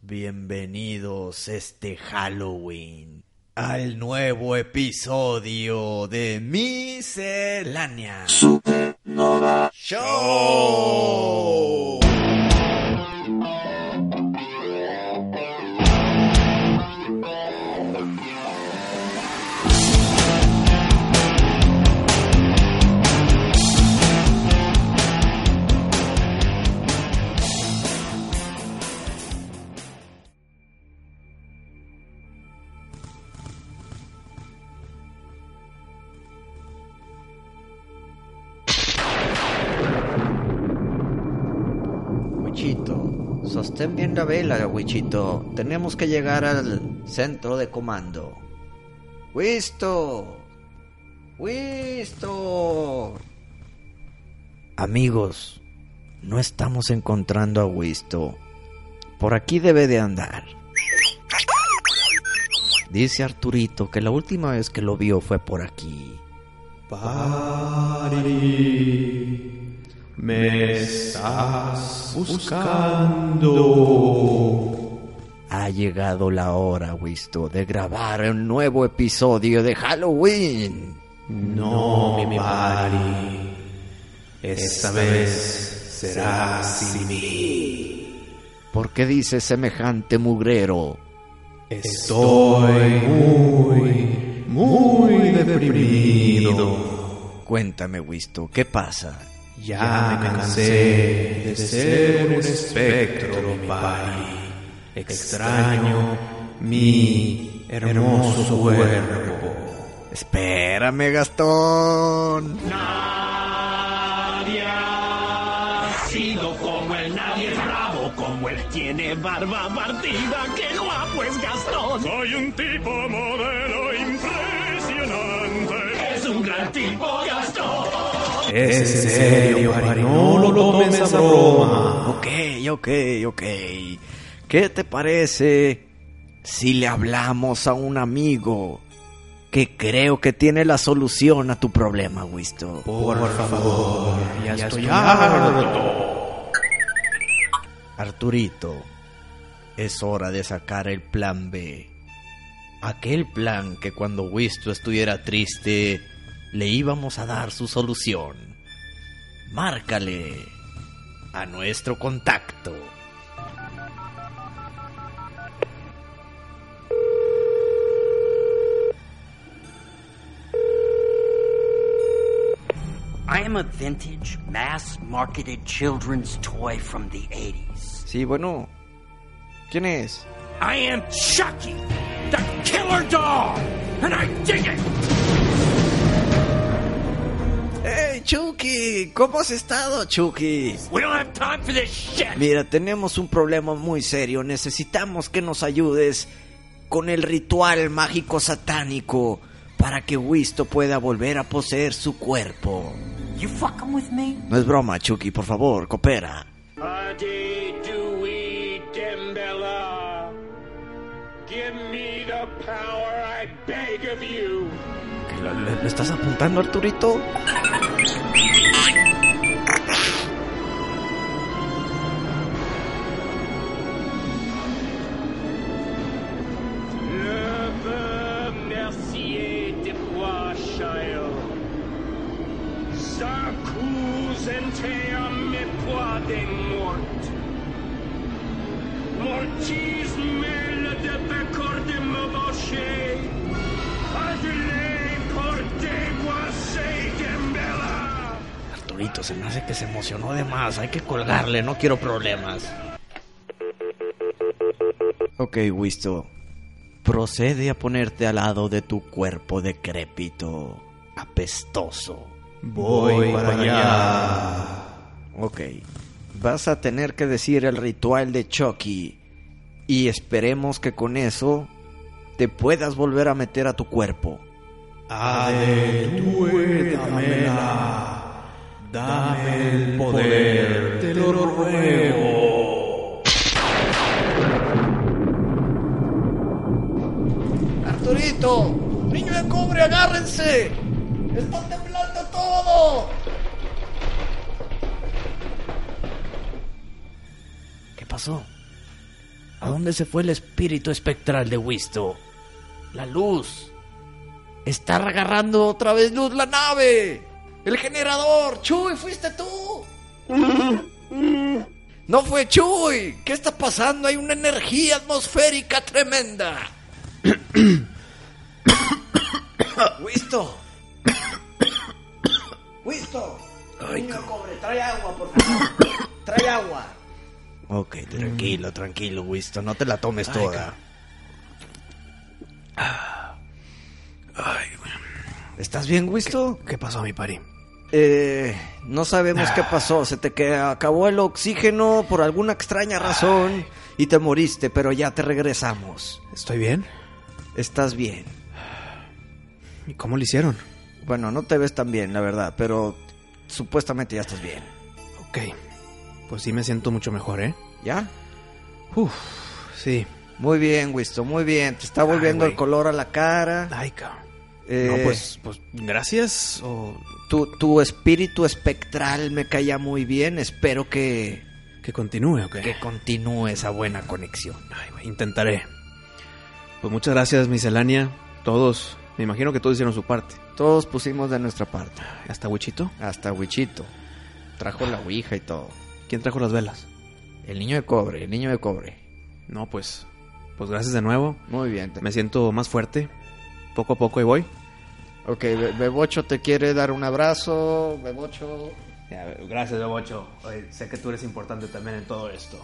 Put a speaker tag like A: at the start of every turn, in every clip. A: Bienvenidos este Halloween al nuevo episodio de Miscelánea
B: Supernova
A: Show.
B: Wichito, sostén bien la vela, Wichito. Tenemos que llegar al centro de comando. ¡Wisto! ¡Wisto! Amigos, no estamos encontrando a Wisto. Por aquí debe de andar. Dice Arturito que la última vez que lo vio fue por aquí.
C: Pari, me estás buscando.
B: Ha llegado la hora, Wisto, de grabar un nuevo episodio de Halloween.
C: No, mi Pari, esta vez será sin mí.
B: ¿Por qué dices semejante mugrero?
C: Estoy muy, muy deprimido.
B: Cuéntame, Wisto, ¿qué pasa?
C: Ya me cansé de ser un espectro, mi Pari. Extraño mi hermoso cuerpo.
B: Espérame, Gastón.
D: Nadie ha sido como él, nadie es bravo como él. Tiene barba partida, qué guapo es Gastón. Soy un tipo modelo impresionante. Es un gran tipo Gastón.
C: Es en serio, Pari, no lo tomes a broma.
B: Ok, ok, ok. ¿Qué te parece si le hablamos a un amigo que creo que tiene la solución a tu problema, Wisto?
C: Por favor, ya estoy harto.
B: Arturito, es hora de sacar el plan B. Aquel plan que cuando Wisto estuviera triste, le íbamos a dar su solución. Márcale a nuestro contacto.
E: I am a vintage, mass marketed children's toy from the 80s.
B: Sí, bueno. ¿Quién es?
D: I am Chucky, the killer dog, and I dig it.
B: ¡Hey, ¡Eh, Chucky! ¿Cómo has estado, Chucky?
D: We don't have time for this shit.
B: Mira, tenemos un problema muy serio. Necesitamos que nos ayudes con el ritual mágico satánico para que Wisto pueda volver a poseer su cuerpo.
E: You fucking with me?
B: No es broma, Chucky, por favor, coopera.
F: Adi Dewey Dembella, give me the power I beg of you.
B: ¿Le, le- le estás apuntando, Arturito?
F: Le peu mercier de Boishire, sa cous enteam me poade mort. Mortis mele de pecor de me boche, adlei por de guasei dembella.
B: Arturito, se me hace que se emocionó de más. Hay que colgarle, no quiero problemas. Ok, Wisto. Procede a ponerte al lado de tu cuerpo decrépito, apestoso.
C: Voy para allá.
B: Ok. Vas a tener que decir el ritual de Chucky Y esperemos que con eso te puedas volver a meter a tu cuerpo.
C: Ah,
G: Adetué, Dame el poder, te lo ruego.
B: ¡Arturito! ¡Niño de cobre, agárrense! ¡Está temblando todo!
C: ¿Qué pasó? ¿A dónde se fue el espíritu espectral de Wisto? La luz. Está agarrando otra vez luz la nave. El generador. Chuy, fuiste tú. No fue Chuy. ¿Qué está pasando? Hay una energía atmosférica tremenda. Wisto. Wisto. Niño cobre, trae agua, por favor. Trae agua.
B: Ok, tranquilo, tranquilo, Wisto. No te la tomes toda. Ah. ¿Estás bien, Wisto?
C: ¿Qué pasó, mi pari?
B: Eh, no sabemos qué pasó. Se te que- acabó el oxígeno por alguna extraña razón y te moriste, pero ya te regresamos.
C: ¿Estoy bien?
B: Estás bien.
C: ¿Y cómo lo hicieron?
B: Bueno, no te ves tan bien, la verdad, pero supuestamente ya estás bien.
C: Ok. Pues sí me siento mucho mejor, ¿eh?
B: ¿Ya?
C: Uf, sí.
B: Muy bien, Wisto, muy bien. Te está volviendo
C: güey.
B: el color a la cara.
C: Ay, cabrón.
B: Eh,
C: No, pues, pues, gracias o
B: tu, tu espíritu espectral me caía muy bien. Espero que,
C: que continúe, ¿ok?
B: que continúe esa buena conexión.
C: Ay, güey, intentaré. Pues muchas gracias, miscelánea. Todos, me imagino que todos hicieron su parte.
B: Todos pusimos de nuestra parte.
C: Hasta Wichito.
B: Hasta Wichito. Trajo la ouija y todo.
C: ¿Quién trajo las velas?
B: El niño de cobre, el niño de cobre.
C: No, pues, pues gracias de nuevo.
B: Muy bien.
C: Me siento más fuerte. Poco a poco y voy.
B: Ok, Be- Bebocho te quiere dar un abrazo. Bebocho.
C: gracias, Bobocho. Sé que tú eres importante también en todo esto.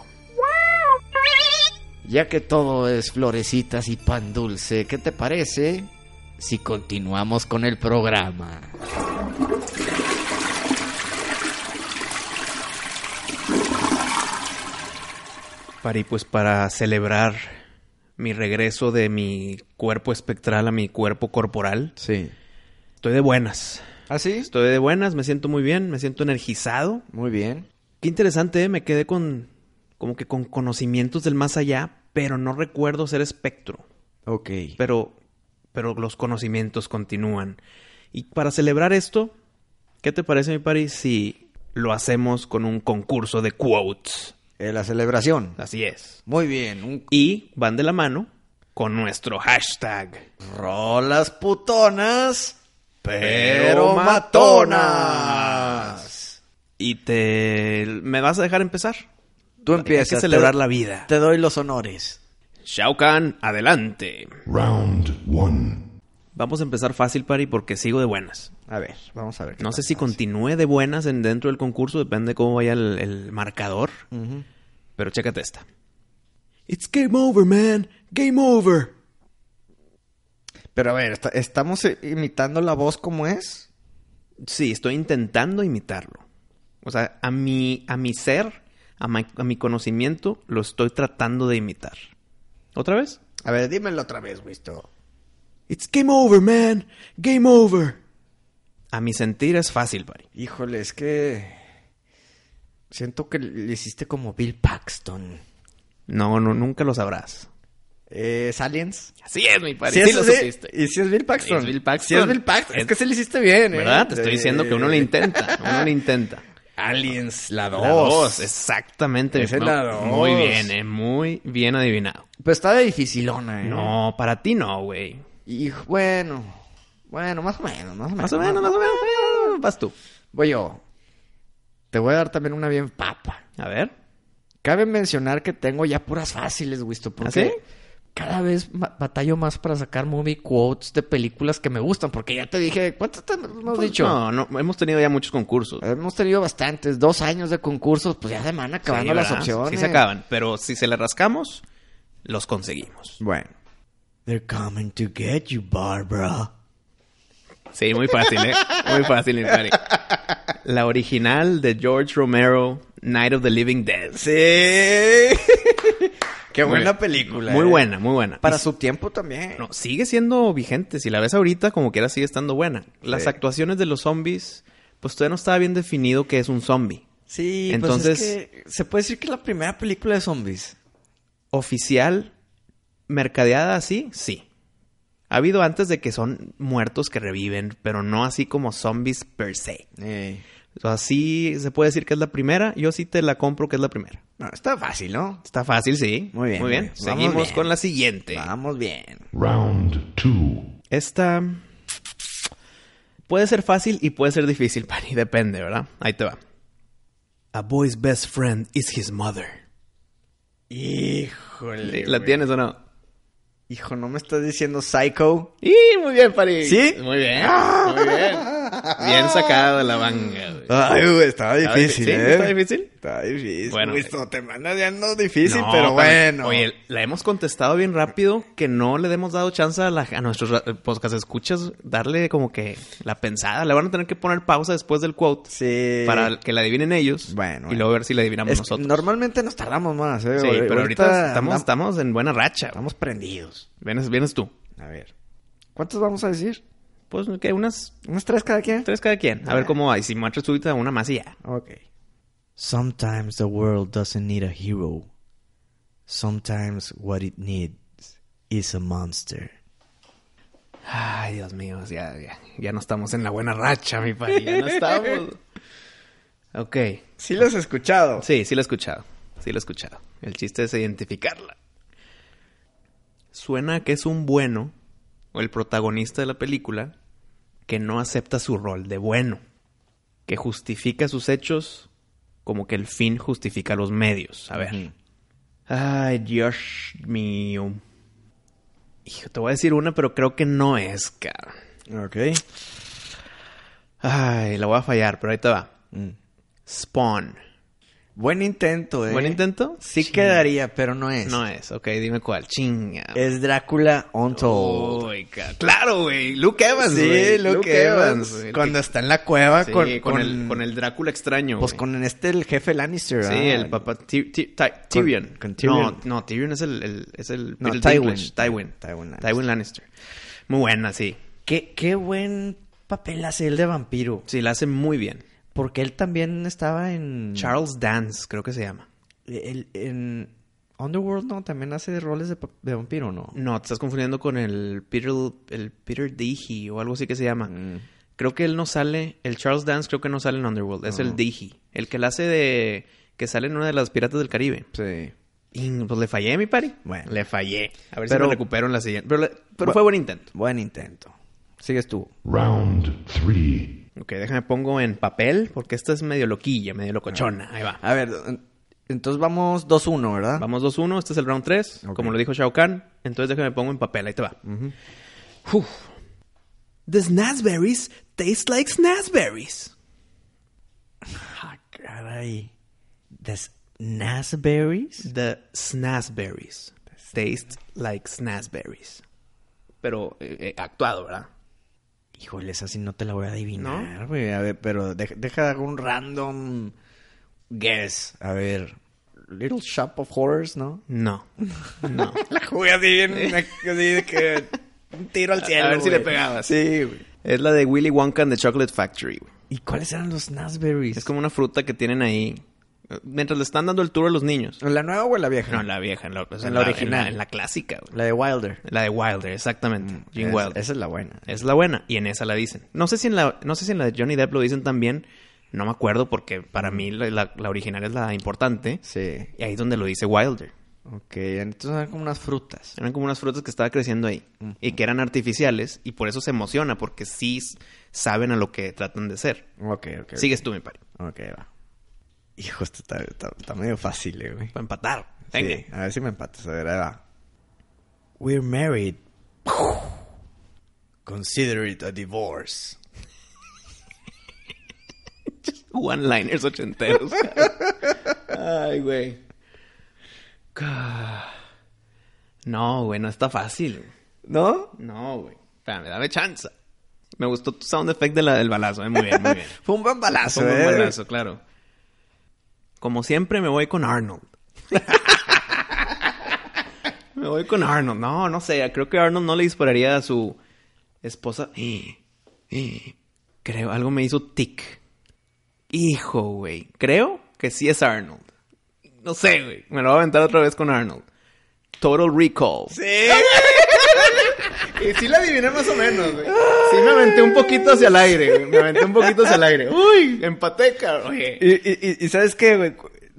B: Ya que todo es florecitas y pan dulce, ¿qué te parece si continuamos con el programa?
C: Pari, pues para celebrar mi regreso de mi cuerpo espectral a mi cuerpo corporal,
B: Sí.
C: estoy de buenas.
B: ¿Ah, sí?
C: Estoy de buenas, me siento muy bien, me siento energizado.
B: Muy bien.
C: Qué interesante, ¿eh? me quedé con como que con conocimientos del más allá, pero no recuerdo ser espectro.
B: Ok.
C: Pero, pero los conocimientos continúan. Y para celebrar esto, ¿qué te parece, mi pari, si lo hacemos con un concurso de quotes?
B: Eh, la celebración.
C: Así es.
B: Muy bien. Un...
C: Y van de la mano con nuestro hashtag.
B: Rolas putonas,
C: pero matonas. Y te... ¿Me vas a dejar empezar?
B: Tú
C: Hay-
B: empiezas.
C: Hay que celebrar
B: te-
C: la vida.
B: Te doy los honores.
C: Shao Kahn, adelante.
H: Round one.
C: Vamos a empezar fácil, Pari, porque sigo de buenas.
B: A ver, vamos a ver. qué
C: No sé
B: pasa.
C: si continúe de buenas en dentro del concurso, depende cómo vaya el, el marcador.
B: Ujú.
C: Pero chécate esta. It's game over, man. Game over.
B: Pero a ver, ¿est- ¿estamos eh, imitando la voz como es?
C: Sí, estoy intentando imitarlo. O sea, a mi, a mi ser, a mi, a mi conocimiento, lo estoy tratando de imitar. ¿Otra vez?
B: A ver, dímelo otra vez, Wisto.
C: It's game over, man. Game over. A mi sentir es fácil, Pari.
B: Híjole, es que. Siento que le hiciste como Bill Paxton.
C: No, no, nunca lo sabrás.
B: Eh, ¿Saliens?
C: Así es, mi Pari.
B: Sí,
C: sí
B: es
C: lo
B: ese-
C: supiste.
B: ¿Y si es Bill Paxton?
C: Es Bill Paxton.
B: Sí es Bill Paxton. Es,
C: Es-
B: que se le hiciste bien, ¿eh?
C: ¿Verdad? Te estoy
B: Eh,
C: diciendo que uno lo intenta. Uno lo intenta.
B: Aliens, la
C: La dos, exactamente.
B: Esa es
C: No,
B: la dos.
C: Muy bien, eh, muy bien adivinado.
B: Pero estaba Pues dificilona, ¿eh?
C: No, para ti no, güey.
B: Y bueno. Bueno, más o menos, más o menos.
C: Más o menos, más o menos. eh, Vas tú.
B: Voy yo. Te voy a dar también una bien papa.
C: A ver.
B: Cabe mencionar que tengo ya puras fáciles, Wisto, porque
C: ¿Ah, sí?
B: cada vez ma- batallo más para sacar movie quotes de películas que me gustan, porque ya te dije, ¿cuántas te hemos
C: Pues,
B: dicho?
C: No, no, hemos tenido ya muchos concursos.
B: Hemos tenido bastantes, dos años de concursos, pues ya se me van acabando
C: Sí,
B: las
C: ¿verdad?
B: opciones.
C: Sí se acaban, pero si se le rascamos, los conseguimos.
B: Bueno.
I: They're coming to get you, Barbara.
C: Sí, muy fácil, ¿eh? Muy fácil, mi pari. La original de George Romero, Night of the Living Dead.
B: Sí. Eh. Qué
C: Muy
B: buena
C: bien.
B: película.
C: Muy
B: eh.
C: buena, muy buena.
B: Para
C: Y
B: su tiempo también.
C: No, sigue siendo vigente. Si la ves ahorita, como quiera, sigue estando buena. Las
B: Sí.
C: actuaciones de los zombies, pues todavía no estaba bien definido qué es un zombie.
B: Sí,
C: Entonces-
B: entonces se puede decir que es la primera película de zombies.
C: Oficial, mercadeada así, sí. Ha habido antes de que son muertos que reviven, pero no así como zombies per se.
B: Eh,
C: O sea, sí se puede decir que es la primera. Yo sí te la compro que es la primera.
B: no, está fácil, ¿no?
C: Está fácil, sí.
B: Muy bien,
C: Muy bien.
B: muy bien. Vamos
C: Seguimos
B: bien.
C: con la siguiente.
B: Vamos bien.
J: Round two.
C: Esta puede ser fácil y puede ser difícil, Pani. Depende, ¿verdad? Ahí te va. A boy's best friend is his mother.
B: Híjole.
C: ¿La
B: güey.
C: tienes o no?
B: Hijo, ¿no me estás diciendo psycho?
C: ¡Y muy bien, Pani!
B: ¿Sí? Ah.
C: Muy bien. Muy bien. Bien sacada de la manga. güey.
B: Ay, güey, estaba difícil,
C: ¿Sí?
B: ¿eh?
C: ¿Está difícil?
B: Está difícil.
C: Bueno,
B: Uy,
C: eh.
B: esto te manda ya no difícil,
C: No,
B: pero
C: Pani,
B: bueno.
C: Oye, la hemos contestado bien rápido que no le hemos dado chance a, la- a nuestros ra- podcast escuchas darle como que la pensada. Le van a tener que poner pausa después del quote.
B: sí.
C: para que la adivinen ellos
B: Bueno,
C: y
B: bueno.
C: luego ver si la adivinamos
B: Es-
C: nosotros.
B: Normalmente nos tardamos más, ¿eh?
C: sí,
B: Ahor-
C: pero ahorita estamos,
B: andam-
C: estamos en buena racha.
B: estamos prendidos.
C: Vienes, vienes tú.
B: A ver. ¿Cuántos vamos a decir?
C: Pues que unas
B: ¿Unos tres cada quien?
C: tres cada quien. A
B: Eh.
C: ver cómo va. Y si matas tú ahorita una más y ya.
B: Okay. Sometimes the world doesn't need a hero. Sometimes what it needs is a monster.
C: Ay, Dios mío, ya, ya, ya no estamos en la buena racha, mi padre. Ya no estamos. ok.
B: Sí lo has escuchado.
C: Sí, sí lo he escuchado. Sí lo he escuchado. El chiste es identificarla. Suena que es un bueno, o el protagonista de la película, que no acepta su rol de bueno, que justifica sus hechos como que el fin justifica los medios. A ver. Ay, Dios mío. Hijo, te voy a decir una, pero creo que no es, cabrón.
B: Okay.
C: Ay, la voy a fallar, pero ahí te va. Mm. Spawn.
B: Buen intento, eh.
C: ¿Buen intento?
B: Sí
C: Ching.
B: quedaría, pero no es.
C: No es, ok, dime cuál. Chinga.
B: Es Drácula Untold.
C: Uy, ca- claro, güey. Oh, Luke Evans,
B: sí,
C: güey.
B: Luke, Evans.
C: güey.
B: Cuando está en la cueva
C: Sí,
B: con,
C: con, el, con el Drácula extraño.
B: Pues
C: güey.
B: con este, el jefe Lannister.
C: Sí,
B: ¿verdad?
C: el papá. Ti- Ti- Ti- Tyrion.
B: con Tyrion.
C: No, no, Tyrion es el. el- es el
B: No,
C: Peter
B: Tywin.
C: Dinklage. Tywin.
B: Tywin Lannister.
C: Tywin Lannister. Muy buena, sí.
B: Qué, qué buen papel hace el de vampiro.
C: Sí, la hace muy bien.
B: Porque él también estaba en.
C: Charles Dance, creo que se llama.
B: El- en Underworld no, también hace roles de, pa- de vampiro, ¿no?
C: No, te estás confundiendo con el Peter, el Peter Dehe o algo así que se llama. Creo que él no sale, el Charles Dance creo que no sale en Underworld, es el Dehe, el que la hace de que sale en una de las Piratas del Caribe.
B: Sí.
C: Y, pues le fallé, mi pari.
B: Bueno.
C: le fallé. A ver
B: Pero-
C: si me recupero en la siguiente. Pero, le- pero fue buen intento.
B: Buen intento. Sigues tú.
J: Round three.
C: Ok, déjame pongo en papel porque esta es medio loquilla, medio locochona. Ahí va.
B: A ver, en- entonces vamos 2-1, ¿verdad?
C: Vamos 2-1, este es el round 3,
B: Ok.
C: como lo dijo Shao Kahn. Entonces déjame pongo en papel, ahí te va. Uf. The snazberries taste like snazberries.
B: Ah, caray. ¿Las Nasberries?
C: The snazberries taste like snazberries. Pero eh, eh, actuado, ¿verdad?
B: Híjole, esa sí no te la voy a adivinar, güey. A ver, pero de- deja algún random guess. A ver. Little Shop of Horrors, ¿no?
C: No. No.
B: La jugué así bien, así de que un tiro al cielo.
C: a ver si
B: güey.
C: le pegabas.
B: Sí, güey.
C: es la de Willy Wonka and the Chocolate Factory. güey.
B: ¿Y cuáles eran los Nasberries?
C: Es como una fruta que tienen ahí. eh, Mientras le están dando el tour a los niños.
B: ¿La nueva o la vieja?
C: No, en la vieja, en la, pues,
B: Ah. En
C: en
B: la
C: la- en
B: original.
C: la- En la, clásica. güey.
B: La de Wilder.
C: La de Wilder, exactamente. Jim
B: Mm, Es-
C: Wilder.
B: Esa es la buena.
C: Es la buena y en esa la dicen. No sé si en la, no sé si en la de Johnny Depp lo dicen también. No me acuerdo porque para mí la, la- la original es la importante.
B: Sí.
C: Y ahí es donde lo dice Wilder.
B: Ok, entonces eran como unas frutas.
C: Eran como unas frutas que estaba creciendo ahí y que eran artificiales y por eso se emociona porque sí s- saben a lo que tratan de ser.
B: Ok, ok.
C: Sigues tú, mi pari.
B: Ok, va. Hijo, esto está, está- está medio fácil, eh, güey.
C: Para empatar. Venga.
B: Sí, a ver si me empatas. A ver, ahí va. We're married. Consider it a divorce.
C: One-liners ochenteros. Ay, güey. Ca- No, güey, no está fácil.
B: ¿No?
C: No, güey. Espérame, dame chance. Me gustó tu sound effect de la- del balazo, eh, Muy bien, muy bien.
B: Fue un buen balazo,
C: Fue un buen
B: eh.
C: balazo, claro. Como siempre, me voy con Arnold. Me voy con Arnold. No, no sé. Creo que Arnold no le dispararía a su esposa. Eh, Creo, algo me hizo tic. Hijo, güey. Creo que sí es Arnold. No sé, güey. Me lo voy a aventar otra vez con Arnold. Total Recall.
K: Sí. y sí la adiviné más o menos, güey.
C: Sí me aventé un poquito hacia el aire, güey. Me aventé un poquito hacia el aire. Uy, empaté, cabrón.
K: Y, y- y- y ¿sabes qué, güey?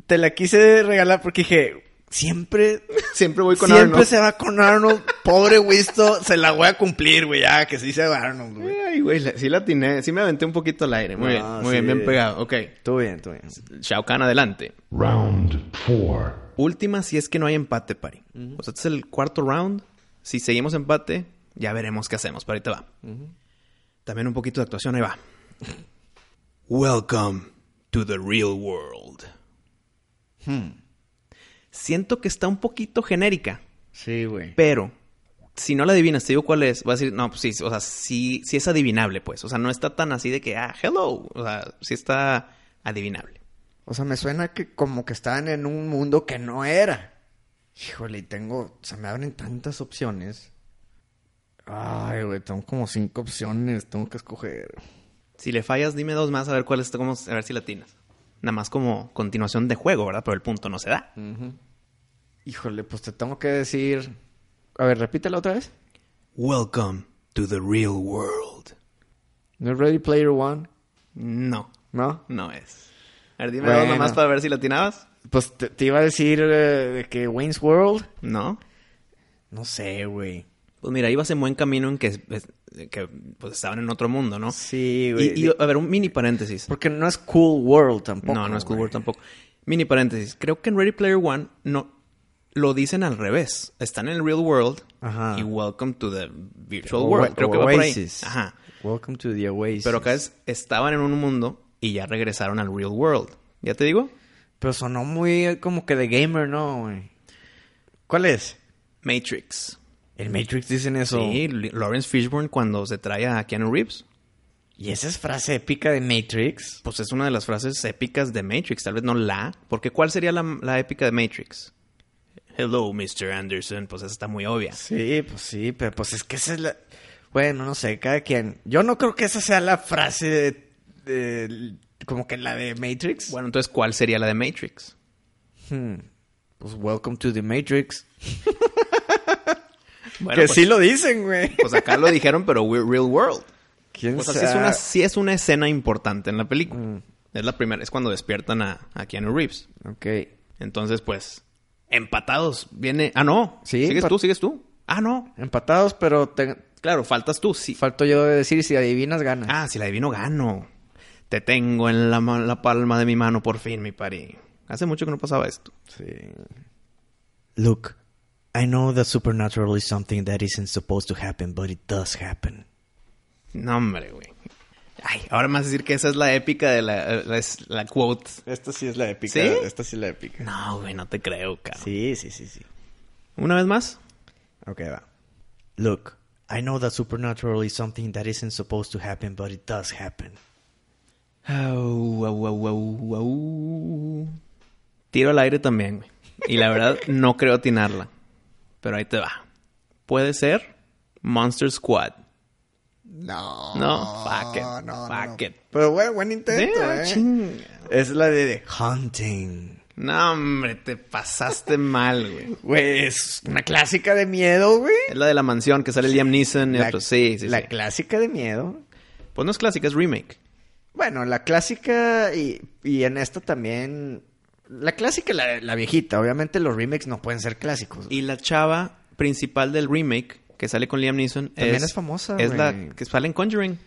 K: Te la quise regalar porque dije, siempre,
C: Siempre voy con
K: siempre
C: Arnold.
K: se va con Arnold. Pobre Wisto, se la voy a cumplir, güey, ya, que sí sea Arnold, güey.
C: Ay, güey, la- sí la atiné. Sí me aventé un poquito al aire. Muy
K: No,
C: bien, muy
K: sí.
C: bien, bien pegado. Ok.
K: Todo bien, todo bien.
C: Shao Kahn, adelante.
L: round 4,
C: Última si es que no hay empate, pari. O sea, este es el cuarto round. Si seguimos empate, ya veremos qué hacemos. Pero ahí te va. También un poquito de actuación, ahí va. Welcome to the real world. Hmm. Siento que está un poquito genérica,
M: Sí, güey.
C: pero si no la adivinas, te digo cuál es. Vas a decir, no, pues sí, o sea, sí, sí es adivinable, pues. O sea, no está tan así de que, ah, hello. O sea, sí está adivinable.
B: O sea, me suena que como que estaban en un mundo que no era. Híjole, y tengo... Se me abren tantas opciones. Ay, güey, tengo como cinco opciones. Tengo que escoger.
C: Si le fallas, dime dos más a ver cuál es, cómo- a ver si latinas. Nada más como continuación de juego, ¿verdad? Pero el punto no se da.
B: Híjole, pues te tengo que decir... A ver, repítela otra vez.
C: Welcome to the real world.
B: ¿No es Ready Player One?
C: No,
B: ¿No?
C: no es. A ver, dime
B: Bueno.
C: dos nada más para ver si latinabas.
B: Pues te, te iba a decir eh, de que Wayne's World.
C: No.
B: No sé, güey.
C: Pues mira, ibas en buen camino en que, es- que pues, estaban en otro mundo, ¿no?
B: Sí, güey.
C: Y, y, a ver, un mini paréntesis.
B: Porque no es Cool World tampoco.
C: no, no es Cool
B: güey.
C: World tampoco. Mini paréntesis. Creo que en Ready Player One no lo dicen al revés. Están en el real world
B: Ajá.
C: y welcome to the virtual
B: O-
C: world. Creo que va
B: Oasis.
C: por ahí. Ajá.
B: Welcome to the Oasis.
C: Pero acá es, estaban en un mundo y ya regresaron al real world. ¿Ya te digo?
B: Pero sonó muy eh, como que de gamer, ¿no, güey? ¿Cuál es?
C: Matrix.
B: El Matrix dicen eso.
C: Sí, L- Lawrence Fishburne cuando se trae a Keanu Reeves.
B: ¿Y esa es frase épica de Matrix?
C: Pues es una de las frases épicas de Matrix, tal vez no la, porque ¿cuál sería la, la épica de Matrix? Hello, Mr. Anderson, pues esa está muy obvia.
B: Sí, pues sí, pero pues es que esa es la... Bueno, no sé, cada quien. Yo no creo que esa sea la frase de... de- como que la de Matrix.
C: Bueno, entonces, ¿cuál sería la de Matrix?
B: Hmm. Pues welcome to the Matrix.
C: Bueno,
B: que
C: pues,
B: sí lo dicen, güey.
C: pues acá lo dijeron, pero we're real world.
B: ¿Quién
C: O sea, sí es una, sí es una escena importante en la película.
B: Mm.
C: Es la primera, es cuando despiertan a, a Keanu Reeves.
B: Ok.
C: Entonces, pues, empatados. Viene. Ah, no.
B: Sí,
C: Sigues
B: empa-
C: tú, sigues tú. Ah, no.
B: Empatados, pero te...
C: Claro, faltas tú. Sí.
B: falto yo de decir si adivinas ganas.
C: ah, si la adivino, gano. Te tengo en la, ma- la palma de mi mano, por fin, mi pari. Hace mucho que no pasaba esto.
B: Look, I know that supernatural is something that isn't supposed to happen, but it does happen.
C: No, hombre, güey. Ay, ahora me vas a decir que esa es la épica de la, eh, la, es- la quote.
B: Esta sí es la épica.
C: ¿Sí?
B: Esta sí es la épica.
C: No, güey, no te creo, cabrón.
B: Sí, sí, sí, sí.
C: Una vez más.
B: Ok, va. Look, I know that supernatural is something that isn't supposed to happen, but it does happen.
C: Au, au, au, au, au. Tiro al aire también, güey. Y la verdad, no creo atinarla. Pero ahí te va. Puede ser Monster Squad. No. No, fuck it. fuck it.
B: Pero bueno, buen intento, eh.
C: Yeah, chinga.
B: Es la de Hunting.
C: No, hombre, te pasaste mal, güey.
B: Güey, es una clásica de miedo, güey.
C: Es la de la mansión que sale Liam Neeson y
B: La-
C: otros. Sí, sí,
B: La
C: sí.
B: clásica de miedo.
C: Pues no es clásica, es remake.
B: Bueno, la clásica y, y en esta también. La clásica, la, la viejita. Obviamente los remakes no pueden ser clásicos.
C: Y la chava principal del remake que sale con Liam Neeson
B: También es famosa,
C: Es
B: güey.
C: la que sale en Conjuring.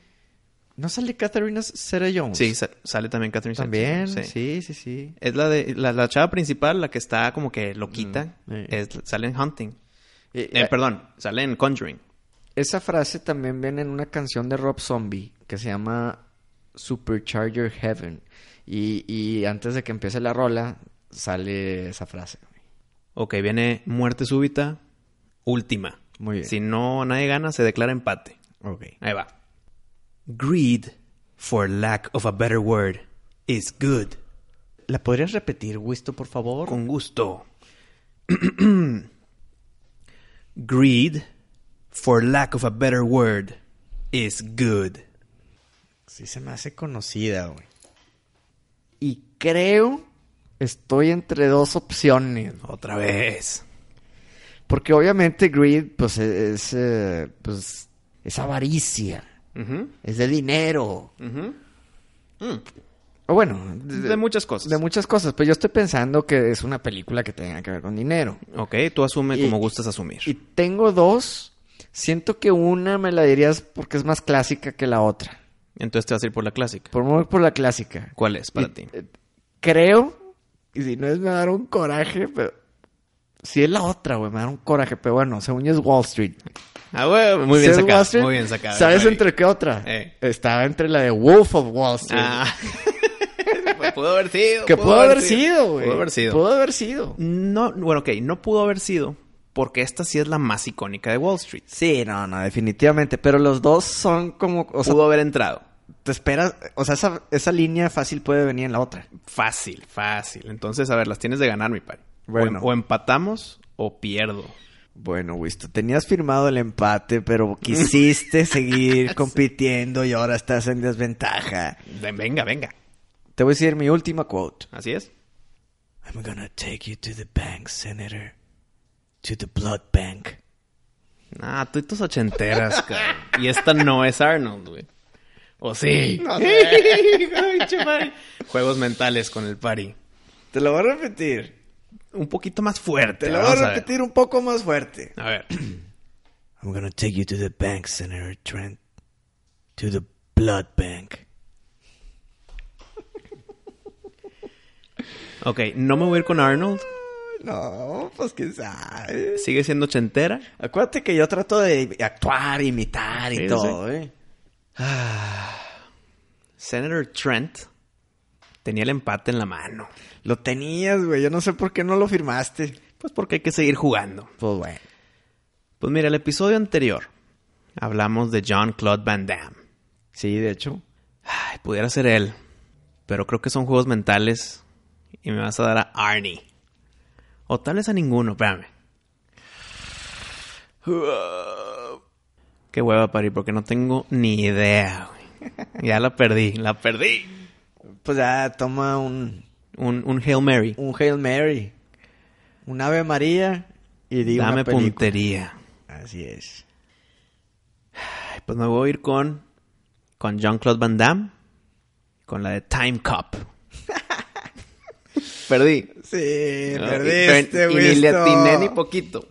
B: ¿No sale Catherine Zeta Jones?
C: Sí, sa- sale también Catherine Zeta-
B: También, sí, sí, sí. sí.
C: Es la de la, la chava principal, la que está como que loquita.
B: Mm, sí.
C: es- sale en Hunting.
B: Eh,
C: Eh, perdón, sale en Conjuring.
B: Esa frase también viene en una canción de Rob Zombie que se llama Supercharger Heaven. Y, y antes de que empiece la rola, sale esa frase. güey.
C: Ok, viene muerte súbita, última.
B: Muy bien.
C: Si no nadie gana, se declara empate.
B: Ok.
C: Ahí va. Greed, for lack of a better word, is good.
B: ¿La podrías repetir, Wisto, por favor?
C: Con gusto. Greed, for lack of a better word, is good.
B: Sí se me hace conocida, güey. Y creo estoy entre dos opciones.
C: Otra vez.
B: Porque obviamente greed, pues es, eh, pues, es avaricia. Es de dinero. O bueno,
C: De, muchas cosas.
B: de muchas cosas. Pero yo estoy pensando que es una película que tenga que ver con dinero.
C: ok, tú asume
B: Y-
C: como gustas asumir.
B: Y tengo dos. Siento que una me la dirías porque es más clásica que la otra.
C: Entonces te vas a ir por la clásica.
B: Por mover por la clásica.
C: ¿Cuál es para
B: Y-
C: ti?
B: eh, Creo, y si no es me va a dar un coraje, pero... Si es la otra, güey, me da un coraje, pero bueno, según yo es Wall Street.
C: Ah, bueno, muy
B: Si
C: bien
B: es Wall
C: sacado.
B: Street,
C: Muy bien sacado.
B: ¿Sabes
C: Rodrigo.
B: entre qué otra?
C: Eh.
B: Estaba entre la de Wolf of Wall Street.
C: Ah. Pues pudo haber sido.
B: que pudo haber sido, güey.
C: Pudo haber sido.
B: Pudo haber sido.
C: No, bueno, ok, no pudo haber sido porque esta sí es la más icónica de Wall Street.
B: Sí, no, no, definitivamente. Pero los dos son como... O sea,
C: pudo haber entrado.
B: te esperas... O sea, esa, esa línea fácil puede venir en la otra.
C: Fácil, fácil. Entonces, a ver, las tienes de ganar, mi padre.
B: Bueno.
C: O, empatamos o pierdo.
B: Bueno, Wisto, tenías firmado el empate, pero quisiste seguir compitiendo y ahora estás en desventaja.
C: Ven- Venga, venga.
B: Te voy a decir mi última quote.
C: Así es.
B: I'm gonna take you to the bank, Senator. To the blood bank.
C: Ah, tú y tus ochenteras, cabrón. Y esta no es Arnold, güey. O sí. Juegos mentales con el pari.
B: Te lo voy a repetir.
C: Un poquito más fuerte.
B: Te lo voy
C: vamos
B: a
C: ver.
B: repetir un poco más fuerte.
C: A ver.
B: I'm gonna take you to the bank, Senator Trent. To the blood bank.
C: Ok, no me voy a ir con Arnold.
B: No, pues quién sabe.
C: Sigue siendo ochentera.
B: Acuérdate que yo trato de actuar, imitar y
C: Sí,
B: todo, ¿eh?
C: Senator Trent tenía el empate en la mano.
B: Lo tenías, güey. Yo no sé por qué no lo firmaste.
C: Pues porque hay que seguir jugando.
B: Pues bueno.
C: Pues mira, el episodio anterior hablamos de John Claude Van Damme.
B: Sí, de hecho.
C: Ay, pudiera ser él, pero creo que son juegos mentales y me vas a dar a Arnie. O tal vez a ninguno, espérame. Qué hueva, Pari, porque no tengo ni idea, güey. Ya la perdí, la perdí.
B: Pues ya toma un,
C: Un, un Hail Mary.
B: un Hail Mary, un Ave María y di
C: Dame
B: una película.
C: puntería.
B: Así es.
C: Ay, Pues me voy a ir con, con Jean-Claude Van Damme, con la de Time Cop. perdí.
B: Sí,
C: No, y-
B: perdiste,
C: y ni le
B: Wisto.
C: atiné ni poquito.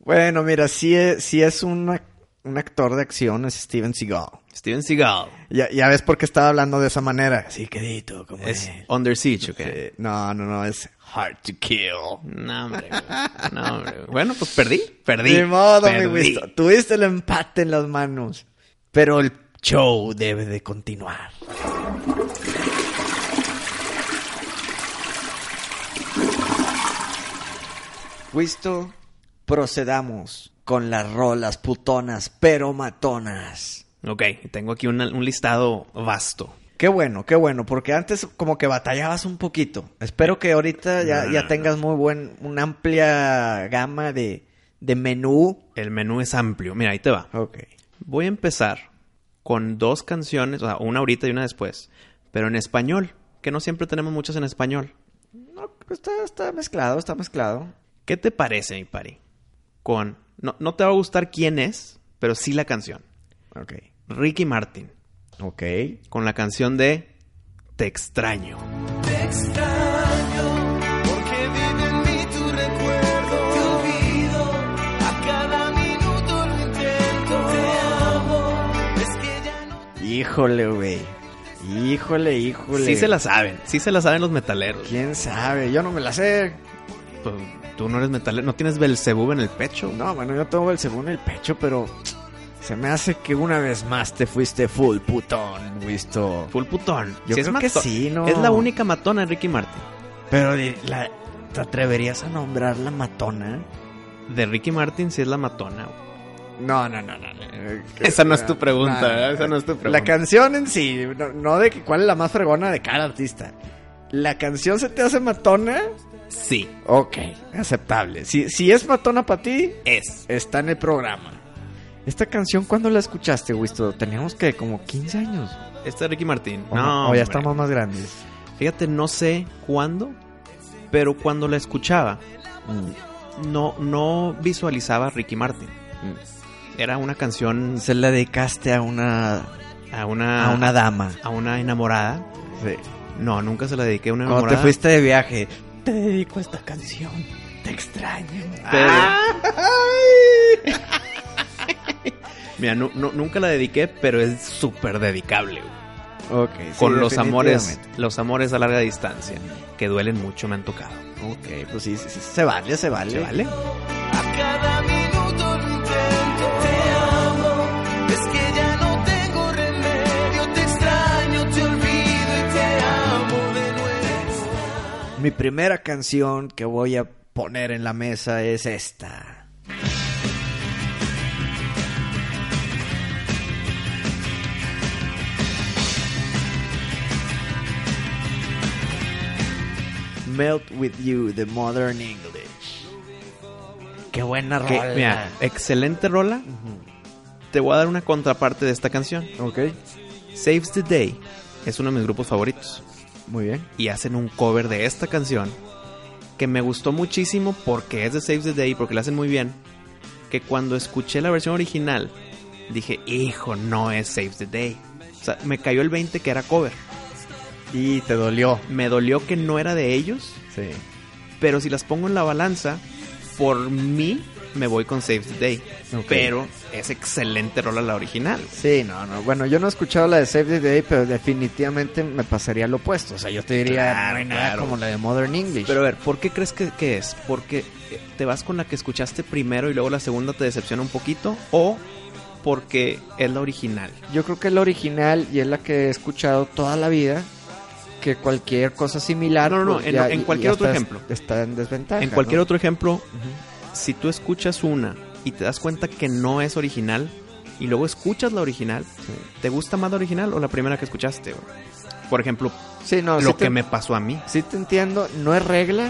B: Bueno, mira, sí es, sí es un, ac- un actor de acción, es Steven Seagal.
C: Steven Seagal
B: Ya, ya ves por qué estaba hablando de esa manera. Sí, quedito, como
C: es
B: es.
C: Under Siege, ¿ok?
B: Eh, no, no, no, es Hard to Kill.
C: No, hombre. güey. No, hombre. güey. Bueno, pues perdí. Perdí.
B: De modo,
C: perdí.
B: mi Wisto. Tuviste el empate en las manos. Pero el show debe de continuar. Wisto, procedamos con las rolas putonas pero matonas.
C: Ok, tengo aquí una- un listado vasto.
B: Qué bueno, qué bueno, porque antes como que batallabas un poquito. Espero que ahorita ya, ya tengas muy buen, una amplia gama de, de menú.
C: El menú es amplio. Mira, ahí te va.
B: Ok.
C: Voy a empezar con dos canciones, o sea, una ahorita y una después, pero en español, que no siempre tenemos muchas en español.
B: No, está, está mezclado, está mezclado.
C: ¿Qué te parece, mi pari? Con. No, no te va a gustar quién es, pero sí la canción.
B: Ok.
C: Ricky Martin,
B: Ok.
C: con la canción de Te extraño.
B: Híjole, güey. Híjole, híjole.
C: Sí se la saben, sí se la saben los metaleros.
B: ¿Quién sabe? Yo no me la sé.
C: Pues, Tú no eres metalero, no tienes Belzebub en el pecho.
B: No, bueno, yo tengo el segundo en el pecho, pero se me hace que una vez más te fuiste full putón, Wisto.
C: Full putón.
B: Yo creo que
C: mato-
B: sí, ¿no?
C: Es la única matona de Ricky Martin.
B: Pero di- la- ¿te atreverías a nombrar la matona?
C: De Ricky Martin sí es la matona. güey.
B: No, no, no, no. eh, no.
C: Esa no es tu pregunta, ¿verdad? Esa no es tu
B: La
C: pregunta.
B: canción en sí, no, no de que cuál es la más fregona de cada artista. La canción se te hace matona
C: Sí.
B: Ok, aceptable. Si, si es matona para ti,
C: Es.
B: está en el programa. Esta canción, ¿cuándo la escuchaste, Wisto? Teníamos que como 15 años.
C: Esta es Ricky Martín.
B: O
C: no,
B: o ya
C: hombre.
B: estamos más grandes.
C: Fíjate, no sé cuándo, pero cuando la escuchaba,
B: Mm.
C: no, no visualizaba a Ricky Martin.
B: Mm.
C: Era una canción
M: Se la dedicaste a una,
C: a una,
M: a una dama.
C: a una enamorada.
M: Sí.
C: No, nunca se la dediqué a una
M: Cuando te
C: enamorada.
M: fuiste de viaje, te dedico a esta canción. Te extraño.
C: pero- Mira, nu- nu- nunca la dediqué, pero es súper dedicable. güey.
B: Ok,
C: Con los amores, los amores a larga distancia, que duelen mucho, me han tocado.
M: Ok, pues sí, sí, sí, se vale, se vale.
C: ¿Se vale?
M: Mi primera canción que voy a poner en la mesa es esta. Melt with You, The Modern English. Qué buena
C: Que,
M: rola.
C: mira, excelente rola. Te voy a dar una contraparte de esta canción.
B: Ok,
C: Saves the Day es uno de mis grupos favoritos.
B: muy bien.
C: Y hacen un cover de esta canción que me gustó muchísimo porque es de Saves the Day, porque la hacen muy bien. Que cuando escuché la versión original dije, hijo, no es Saves the Day. O sea, me cayó el 20 que era cover.
B: Y te dolió.
C: Me dolió que no era de ellos,
B: Sí.
C: pero si las pongo en la balanza, por mí me voy con Saves the Day.
B: Ok.
C: Pero es excelente rola la original.
B: Sí, no, no. Bueno, yo no he escuchado la de Save the Day, pero definitivamente me pasaría lo opuesto. O sea, yo te diría, no hay nada como la de Modern English.
C: Pero a ver, ¿por qué crees que, que es? ¿Porque eh, te vas con la que escuchaste primero y luego la segunda te decepciona un poquito? ¿O porque es la original?
B: yo creo que es la original y es la que he escuchado toda la vida. Que cualquier cosa similar. pues,
C: No, no, no, en- en cualquier otro
B: está-
C: ejemplo.
B: Está en desventaja.
C: en cualquier
B: ¿no?
C: otro ejemplo, si tú escuchas una y te das cuenta que no es original y luego escuchas la original, ¿te gusta más la original o la primera que escuchaste? güey? Por ejemplo,
B: Sí, no,
C: lo
B: sí
C: que
B: te,
C: me pasó a mí.
B: Sí, te entiendo. No es regla,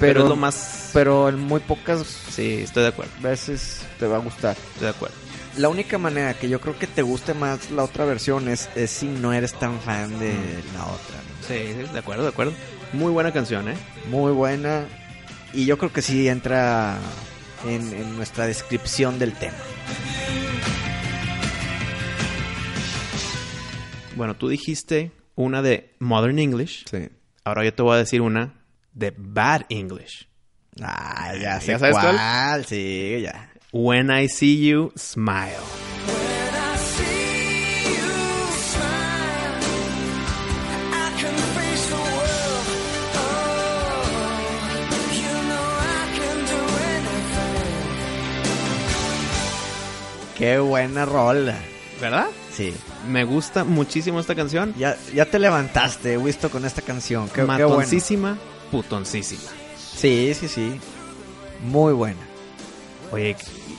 B: pero,
C: Pero, es lo más...
B: pero en muy pocas
C: Sí, estoy de acuerdo,
B: veces te va a gustar.
C: estoy de acuerdo.
M: La única manera que yo creo que te guste más la otra versión es, es si no eres tan fan de la otra. ¿no?
C: Sí, sí, de acuerdo, de acuerdo. Muy buena canción, ¿eh?
M: Muy buena. Y yo creo que sí entra en, en nuestra descripción del tema.
C: Bueno, tú dijiste una de Modern English.
B: Sí.
C: Ahora yo te voy a decir una de Bad English.
M: Ah, ya sé
C: ¿Ya sabes
M: cuál.
C: cuál?
M: Sí, ya.
C: When I see you, smile.
N: Oh,
M: Qué buena rola.
C: ¿Verdad?
M: Sí.
C: Me gusta muchísimo esta canción.
M: Ya, ya te levantaste, Wisto, con esta canción. Qué, qué bueno.
C: Matoncísima, putoncísima.
M: Sí, sí, sí. Muy buena.
C: Oye,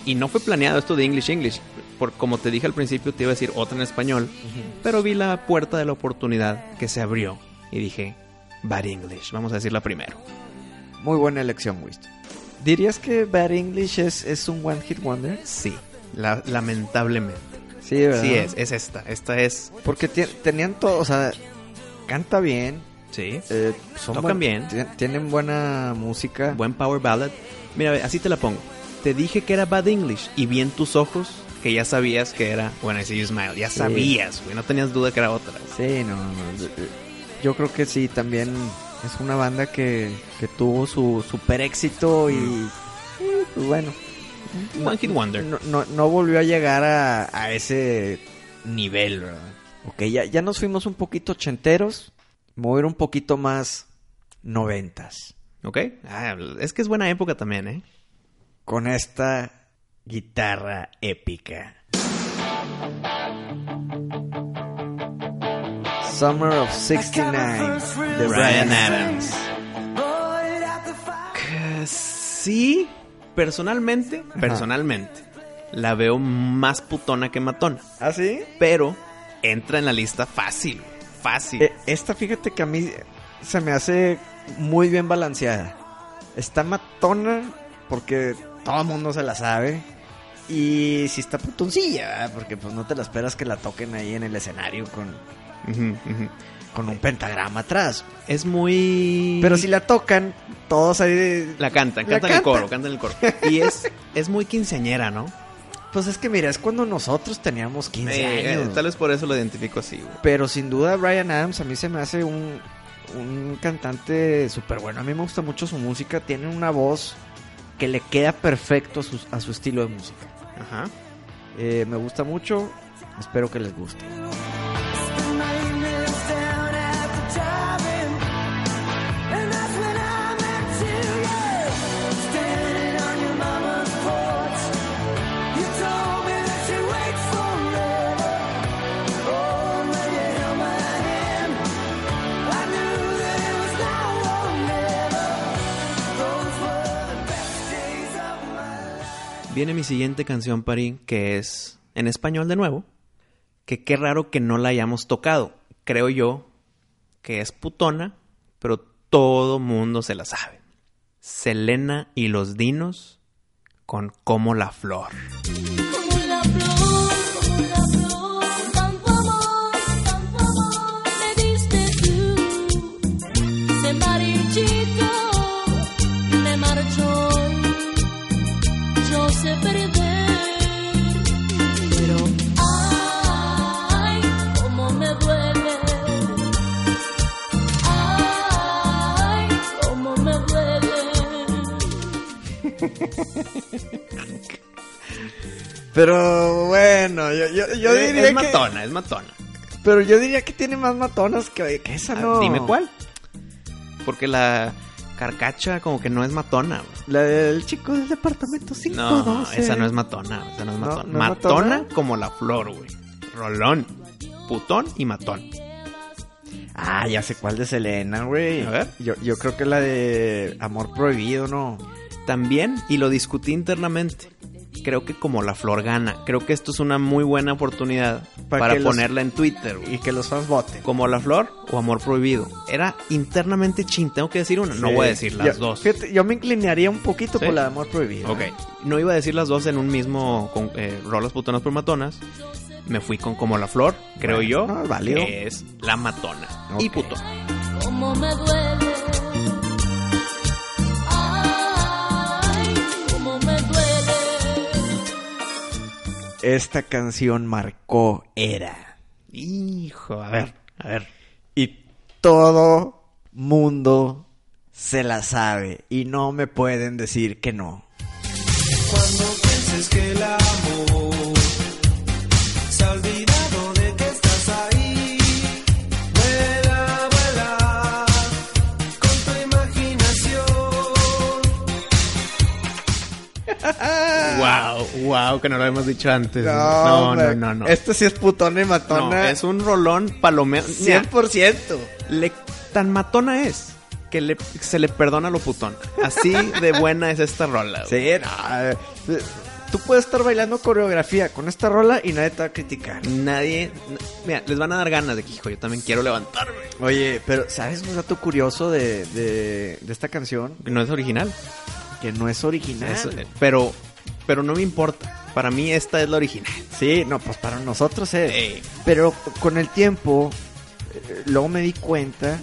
C: y no fue planeado esto de English English. Por, como te dije al principio, te iba a decir otra en español. Pero vi la puerta de la oportunidad que se abrió. Y dije, Bad English. Vamos a decirla primero.
B: Muy buena elección, Wisto.
M: ¿Dirías que Bad English es, es un One Hit Wonder?
C: Sí, la- lamentablemente.
M: Sí, ¿verdad?
C: Sí es, es esta. Esta es...
B: Porque tie- tenían todo, o sea, canta bien.
C: Sí.
B: eh, son
C: Tocan
B: buen-
C: bien.
B: tie- Tienen buena música.
C: Buen power ballad. Mira, ve, así te la pongo. Te dije que era Bad English y vi en tus ojos que ya sabías que era When I See You Smile. Ya
B: Sí.
C: sabías, güey. No tenías duda que era otra. güey.
B: Sí, no, no, eh, Yo creo que sí, también es una banda que, que tuvo su super éxito y, eh, pues bueno,
C: One Hit Wonder.
B: no, no, no volvió a llegar a, a ese nivel, ¿verdad? Ok, ya, ya nos fuimos un poquito ochenteros, mover un poquito más noventas.
C: ¿Ok? Ah, es que es buena época también, ¿eh?
M: Con esta guitarra épica.
B: Summer of 69, de
C: Bryan
B: Brian
C: Adams. Que Sí, personalmente, personalmente, la veo más putona que matona.
B: ¿Ah, sí?
C: Pero entra en la lista fácil, fácil.
B: Eh, esta, Eh, fíjate que a mí se me hace muy bien balanceada. Está matona porque todo el mundo se la sabe. Y si está putoncilla, ¿verdad? porque pues no te la esperas que la toquen ahí en el escenario con, con un pentagrama atrás.
C: Es muy.
B: Pero si la tocan, todos ahí...
C: La cantan,
B: La
C: cantan el coro,
B: cantan.
C: cantan el coro. Y es, es muy quinceañera, ¿no?
B: Pues es que mira, es cuando nosotros teníamos 15
C: Eh,
B: años.
C: tal vez por eso lo identifico así, güey.
B: Pero sin duda Brian Adams a mí se me hace un, un cantante súper bueno. A mí me gusta mucho su música. Tiene una voz que le queda perfecto a su, a su estilo de música.
C: Ajá.
B: Eh, me gusta mucho. Espero que les guste.
N: Oh,
C: Viene mi siguiente canción, Pari, que es en español de nuevo. Que qué raro que no la hayamos tocado. Creo yo que es putona, pero todo mundo se la sabe. Selena y los dinos con Como la Flor.
N: Como la flor, como la flor, tanto amor, tanto amor me diste tú. Se marchitó, me marchó, yo sé perder. Pero, ay, cómo me duele. Ay, cómo me duele.
B: Pero bueno, yo, yo- yo
C: Eh,
B: diría
C: es
B: que...
C: matona, es matona.
B: Pero yo diría que tiene más matonas que, que esa,
C: Ah,
B: ¿no?
C: Dime cuál. Porque la carcacha como que no es matona. güey.
B: La del chico del departamento 512.
C: No, esa no es matona. Esa no es
B: No,
C: matona.
B: ¿no es
C: matona,
B: matona?
C: como la flor, güey. Rolón. Putón y matón.
B: Ah, ya sé cuál de Selena, güey.
C: A ver.
B: Yo, yo creo que la de Amor Prohibido, ¿no?
C: También, y lo discutí internamente. Creo que como la flor gana. Creo que esto es una muy buena oportunidad
B: Para
C: para,
B: que los-
C: ponerla en Twitter, güey.
B: Y que los fans voten.
C: Como la flor o amor prohibido. Era internamente chin. Tengo que decir una. No
B: Sí.
C: voy a decir las
B: Yo-
C: dos.
B: fíjate, yo me inclinaría un poquito
C: ¿Sí?
B: por la de amor prohibido.
C: Ok, no iba a decir las dos en un mismo con, eh, rolas putonas por matonas. Me fui con como la flor, creo
B: Bueno,
C: yo,
B: no, es válido.
C: que es la matona y
B: Ok.
C: puto.
N: Cómo me duele, ay, cómo me duele.
B: Esta canción marcó era.
C: Hijo, a ver, a ver.
B: Y todo mundo se la sabe. Y no me pueden decir que no.
F: Cuando pienses que el amor se ha olvidado de que estás ahí, vuela, vuela con tu imaginación.
C: Wow, wow, que no lo habíamos dicho antes. Ah. no,
B: hombre,
C: no, no.
B: Esta sí es putona y
C: No,
B: matona.
C: es un rolón palomeo.
B: 100%.
C: le- tan matona es que le- se le perdona lo putón. Así de buena es esta rola. güey.
B: Sí, no, eh, Tú puedes estar bailando coreografía con esta rola y nadie te va a criticar.
C: Nadie, n- mira, les van a dar ganas de que, hijo, yo también quiero levantarme.
B: Oye, pero ¿sabes un dato curioso de, de, de esta canción?
C: No es original.
B: Que no es original.
C: Eso, eh, pero, pero no me importa. Para mí esta es la original.
B: Sí, no, pues para nosotros es.
C: Ey.
B: Pero con el tiempo, eh, luego me di cuenta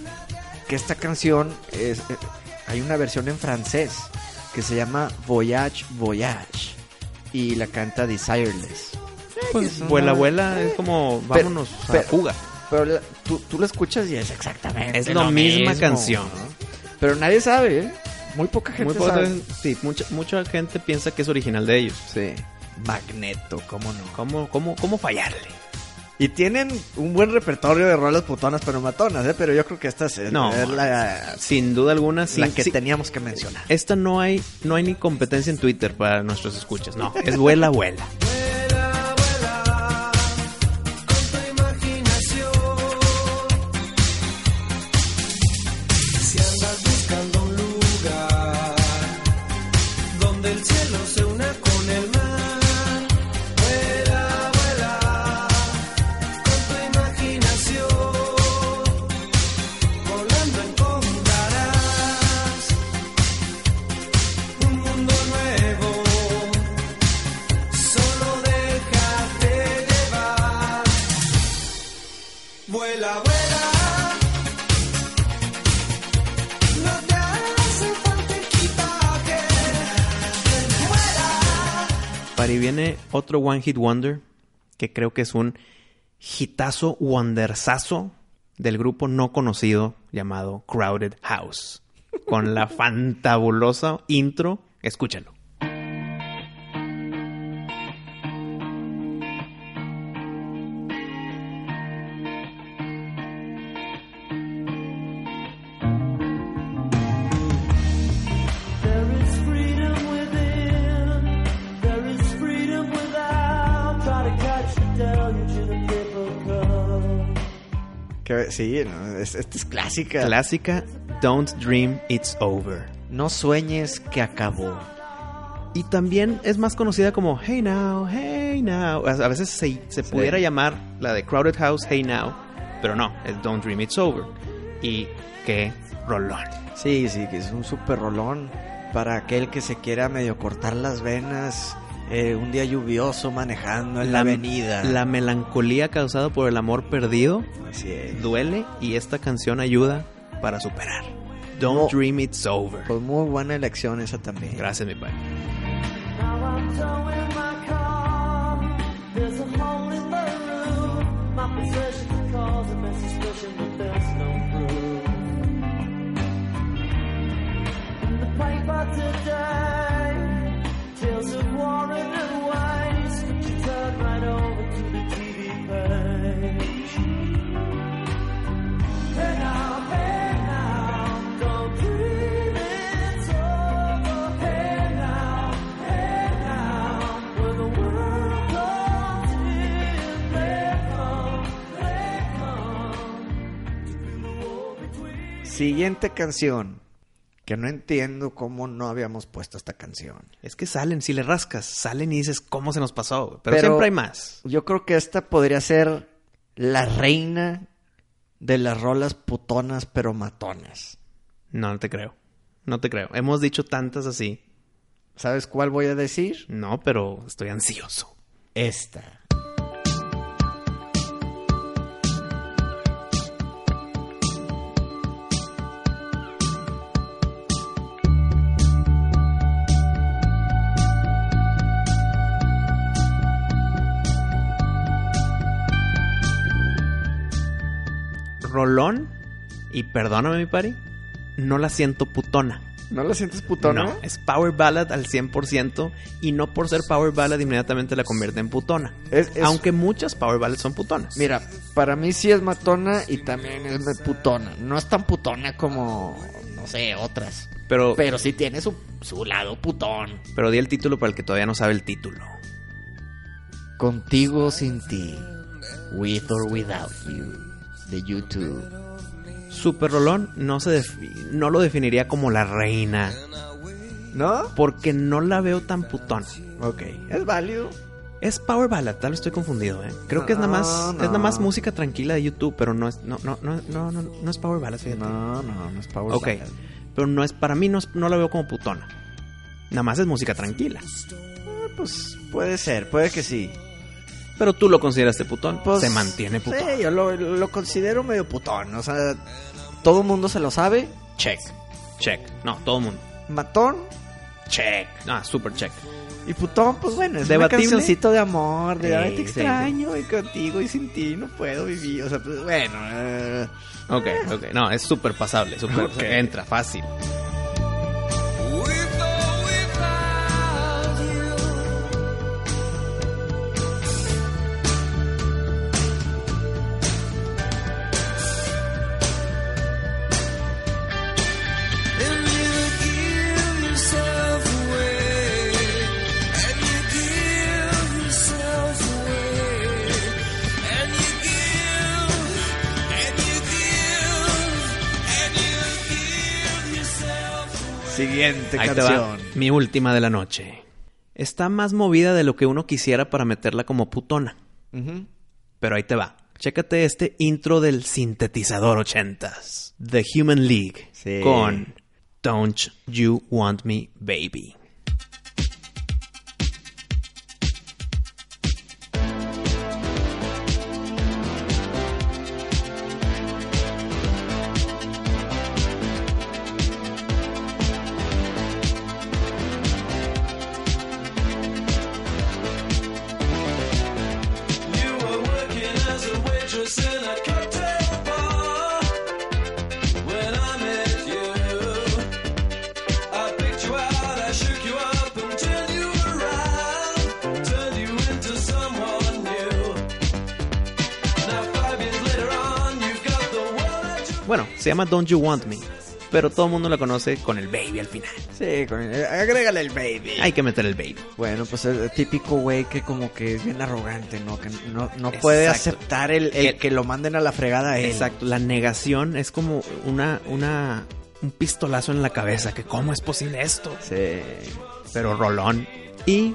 B: que esta canción es, eh, hay una versión en francés que se llama Voyage Voyage y la canta Desireless.
C: Pues
B: una-
C: vuela, vuela, es como vámonos a
B: Eh, pero-
C: la fuga.
B: Pero la- tú, tú la escuchas y es exactamente
C: Es la misma
B: mismo,
C: canción.
B: ¿no? Pero nadie sabe, ¿eh? Muy poca gente
C: Muy poca-
B: sabe.
C: sí, mucha, mucha gente piensa que es original de ellos.
B: Sí. Magneto, cómo no.
C: ¿Cómo, cómo, cómo fallarle?
B: Y tienen un buen repertorio de rolas putonas pero matonas, ¿eh? Pero yo creo que esta es,
C: No.
B: es la,
C: Sin duda alguna,
B: la
C: sin-
B: que
C: sí.
B: teníamos que mencionar.
C: Esta no hay, no hay ni competencia en Twitter para nuestros escuchas. No, es vuela, vuela.
F: Si andas buscando un lugar donde el cielo se una con el mar, vuela, vuela con tu imaginación, volando en corazón.
C: compadre. Y viene otro One Hit Wonder, que creo que es un hitazo, wondersazo del grupo no conocido llamado Crowded House. Con la fantabulosa intro, escúchalo.
N: There is freedom within. There is freedom without. Try to catch the deluge in a paper cup.
B: Que- sí, no, es- esta es clásica.
C: Clásica Don't Dream It's Over.
B: no sueñes que acabó.
C: Y también es más conocida como Hey Now, Hey Now. A a veces se, se pudiera llamar la de Crowded House Hey Now, pero no, es Don't Dream It's Over. Y qué rolón.
B: Sí, sí, que es un super rolón para aquel que se quiera medio cortar las venas. eh, un día lluvioso manejando en la, avenida.
C: La melancolía causada por el amor perdido
B: Así es.
C: duele y esta canción ayuda para superar. Don't
B: No.
C: Dream It's Over.
B: Pues muy buena elección esa también.
C: Gracias, mi padre.
N: Now I'm towing my car. There's a hole in the roof. My possessions cause a mess suspicion, but there's no proof. In the paper today, tales of war and of waste. She turned right over to the TV page. Hey now, hey now, don't dream it's over. Hey now, hey now, when the world comes in, they come, they come to the war between.
B: Siguiente canción. Que no entiendo cómo no habíamos puesto esta canción.
C: Es que salen, si le rascas, salen y dices cómo se nos pasó. güey? Pero,
B: Pero-
C: siempre hay más.
B: Yo creo que esta podría ser la reina de las rolas putonas pero matonas.
C: No, no te creo. No te creo. Hemos dicho tantas así.
B: ¿Sabes cuál voy a decir?
C: No, pero estoy ansioso.
B: Esta.
C: Rolón, y perdóname, mi pari, no la siento putona.
B: ¿No la sientes putona?
C: No, es power ballad al 100% y no por ser power ballad inmediatamente la convierte en putona.
B: Es- es-
C: Aunque muchas power ballads son putonas.
B: Mira, para mí sí es matona y también es me- putona. No es tan putona como, no sé, otras.
C: pero, pero,
B: Pero sí tiene su, su lado putón.
C: di el título para el que todavía no sabe el título.
B: Contigo o sin ti. With or without you. De YouTube.
C: Super Rolón no, se defi- no lo definiría como la reina
B: ¿No?
C: porque no la veo tan putona.
B: Ok. Es válido.
C: Es Power Ballad, tal vez estoy confundido, ¿eh? Creo que es nada más,
B: No, no.
C: es nada más música tranquila de YouTube, pero no es, no, no, no, no, no, no es Power Ballad, fíjate.
B: No, no, no es Power
C: ok,
B: Ballad.
C: pero no es, para mí no, es- no la veo como putona. Nada más es música tranquila.
B: Eh, Pues puede ser, puede que sí.
C: Pero tú lo consideraste putón,
B: Pues,
C: se mantiene putón.
B: Sí, yo lo, lo considero medio putón. O sea, todo el mundo se lo sabe.
C: Check, check. No, todo el mundo.
B: Matón
C: Check. Ah, super check.
B: y putón, pues bueno, es un
C: Debatible.
B: cancioncito de amor, de
C: Sí,
B: "Ay, te
C: sí,
B: extraño y contigo y sin ti no puedo vivir. O sea, pues bueno. eh,
C: Ok, ok. No, es súper pasable, súper. Entra, fácil.
N: With or without you, and you give yourself away, and you give yourself away, and you give, and you give, and you give yourself.
B: Siguiente
C: Ahí te va
B: Este canción.
C: mi última de la noche. Está más movida de lo que uno quisiera para meterla como putona.
B: Ujú.
C: Pero ahí te va. Chécate este intro del sintetizador ochentas. The Human League.
B: Sí.
C: Con Don't You Want Me Baby. Bueno, se llama Don't You Want Me. Pero todo el mundo la conoce con el baby al final.
B: Sí, con- eh, agrégale el baby.
C: Hay que meter el baby.
B: Bueno, pues el típico güey que como que es bien arrogante, ¿no? Que no, no puede
C: Exacto.
B: aceptar el, el que lo manden a la fregada a él.
C: Exacto, la negación es como una, una, un pistolazo en la cabeza, que cómo es posible esto.
B: Sí.
C: Pero rolón. Y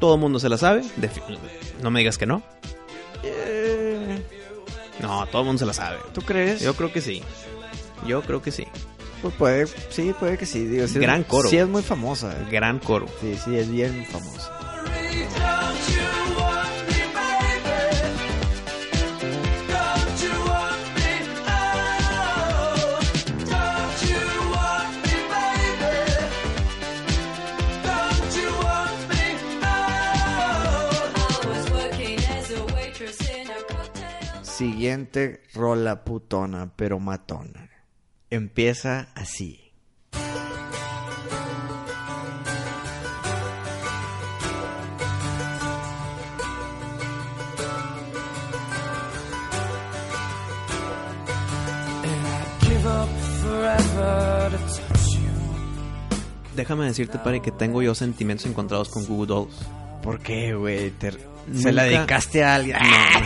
C: todo el mundo se la sabe. defi- No me digas que no.
B: Eh,
C: No, todo el mundo se la sabe.
B: ¿Tú crees?
C: Yo creo que sí. Yo creo que sí.
B: Pues puede, sí, puede que sí. Digo, sí es-
C: Gran coro.
B: Sí es muy famosa.
C: Gran coro.
B: Sí, sí, es bien famosa.
N: oh? oh?
B: Siguiente rola putona, pero matona. Empieza así.
N: Give up forever to touch you.
C: Déjame decirte, Pari, que tengo yo sentimientos encontrados con Google Dolls.
B: ¿Por qué, güey? Te-
C: Nunca-
B: Se la dedicaste a alguien. Ah,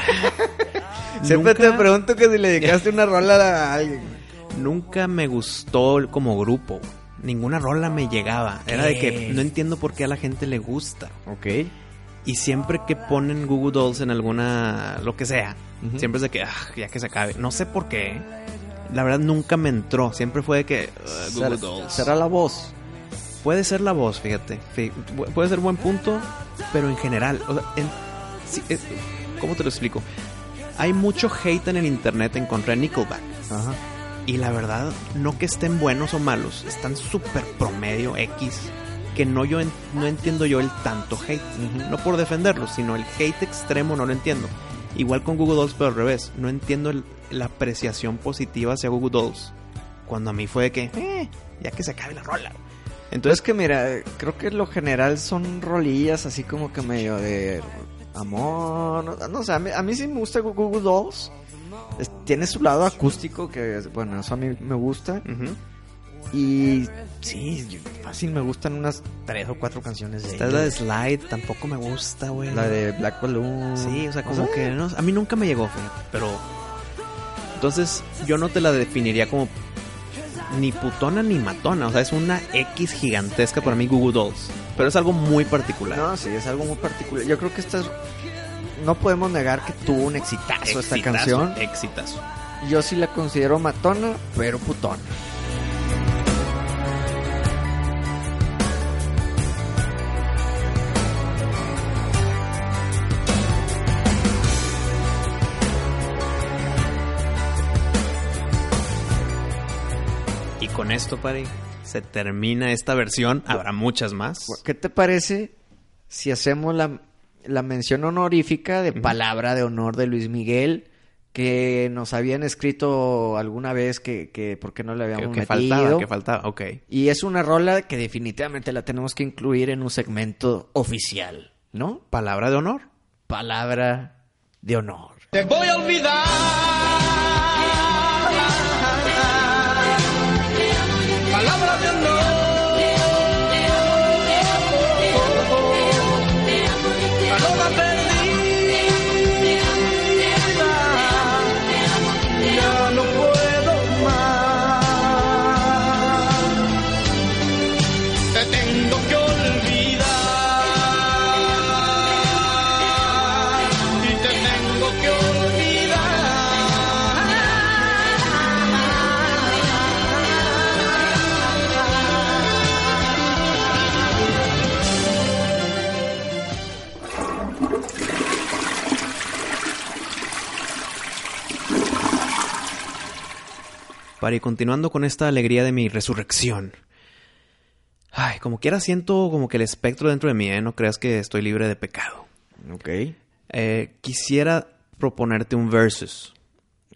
B: Siempre
C: Nunca-
B: te pregunto que si le dedicaste una rola a alguien.
C: Nunca me gustó el- como grupo. Ninguna rola me llegaba. Era de que
B: ¿Qué?
C: no entiendo por qué a la gente le gusta.
B: Ok.
C: Y siempre que ponen Google Dolls en alguna. lo que sea,
B: Ujú.
C: siempre es de que, "Ah, ya que se acabe. No sé por qué. La verdad nunca me entró. Siempre fue de que. "Ah,
B: ¿Será,
C: Google Dolls.
B: será la voz?
C: Puede ser la voz, fíjate. Fi- pu- Puede ser buen punto, pero en general. o sea, en- sí, eh, ¿Cómo te lo explico? Hay mucho hate en el internet en contra de Nickelback.
B: Ajá.
C: Y la verdad, no que estén buenos o malos, están súper promedio X. Que no, yo en- no entiendo yo el tanto hate. No por defenderlo, sino el hate extremo no lo entiendo. Igual con Google Dolls, pero al revés. No entiendo el- la apreciación positiva hacia Google Dolls. Cuando a mí fue de que, "Eh, ya que se acabe la rola.
B: Entonces que mira, eh, creo que lo general son rolillas así como que medio de amor, no, no sé, a mí, a mí sí me gusta Gu- Google Dolls. Es- tiene su lado acústico que es- bueno, eso a mí me gusta
C: Ujú.
B: y sí, yo- fácil me gustan unas tres o cuatro canciones de
C: Esta es la de Slide, tampoco me gusta, güey.
B: la de Black Balloon.
C: Sí, o sea, como
B: sé.
C: que no, a mí nunca me llegó, fíjate, pero entonces yo no te la definiría como ni putona ni matona, o sea, es una X gigantesca para mí Google Dolls, pero es algo muy particular.
B: No, sí, es algo muy particular. Yo creo que esta es- no podemos negar que tuvo un exitazo esta
C: Exitazo,
B: canción.
C: exitazo.
B: Yo sí la considero matona, pero putona.
C: Y con esto, pari, se termina esta versión, habrá muchas más.
B: ¿Qué te parece si hacemos la, la mención honorífica de palabra de honor de Luis Miguel? Que nos habían escrito alguna vez que, que por qué no le
C: Que,
B: habíamos
C: que
B: metido.
C: faltaba, que faltaba, ok.
B: Y es una rola que definitivamente la tenemos que incluir en un segmento oficial, ¿no?
C: Palabra de honor.
B: Palabra de honor.
N: Te voy a olvidar. Palabra de honor. Paloma perdida. Ya no puedo más. Te tengo que olvidar y te tengo que
C: Para ir continuando con esta alegría de mi resurrección. Ay, como quiera siento como que el espectro dentro de mí, ¿eh? No creas que estoy libre de pecado.
B: Ok.
C: Eh, quisiera proponerte un versus.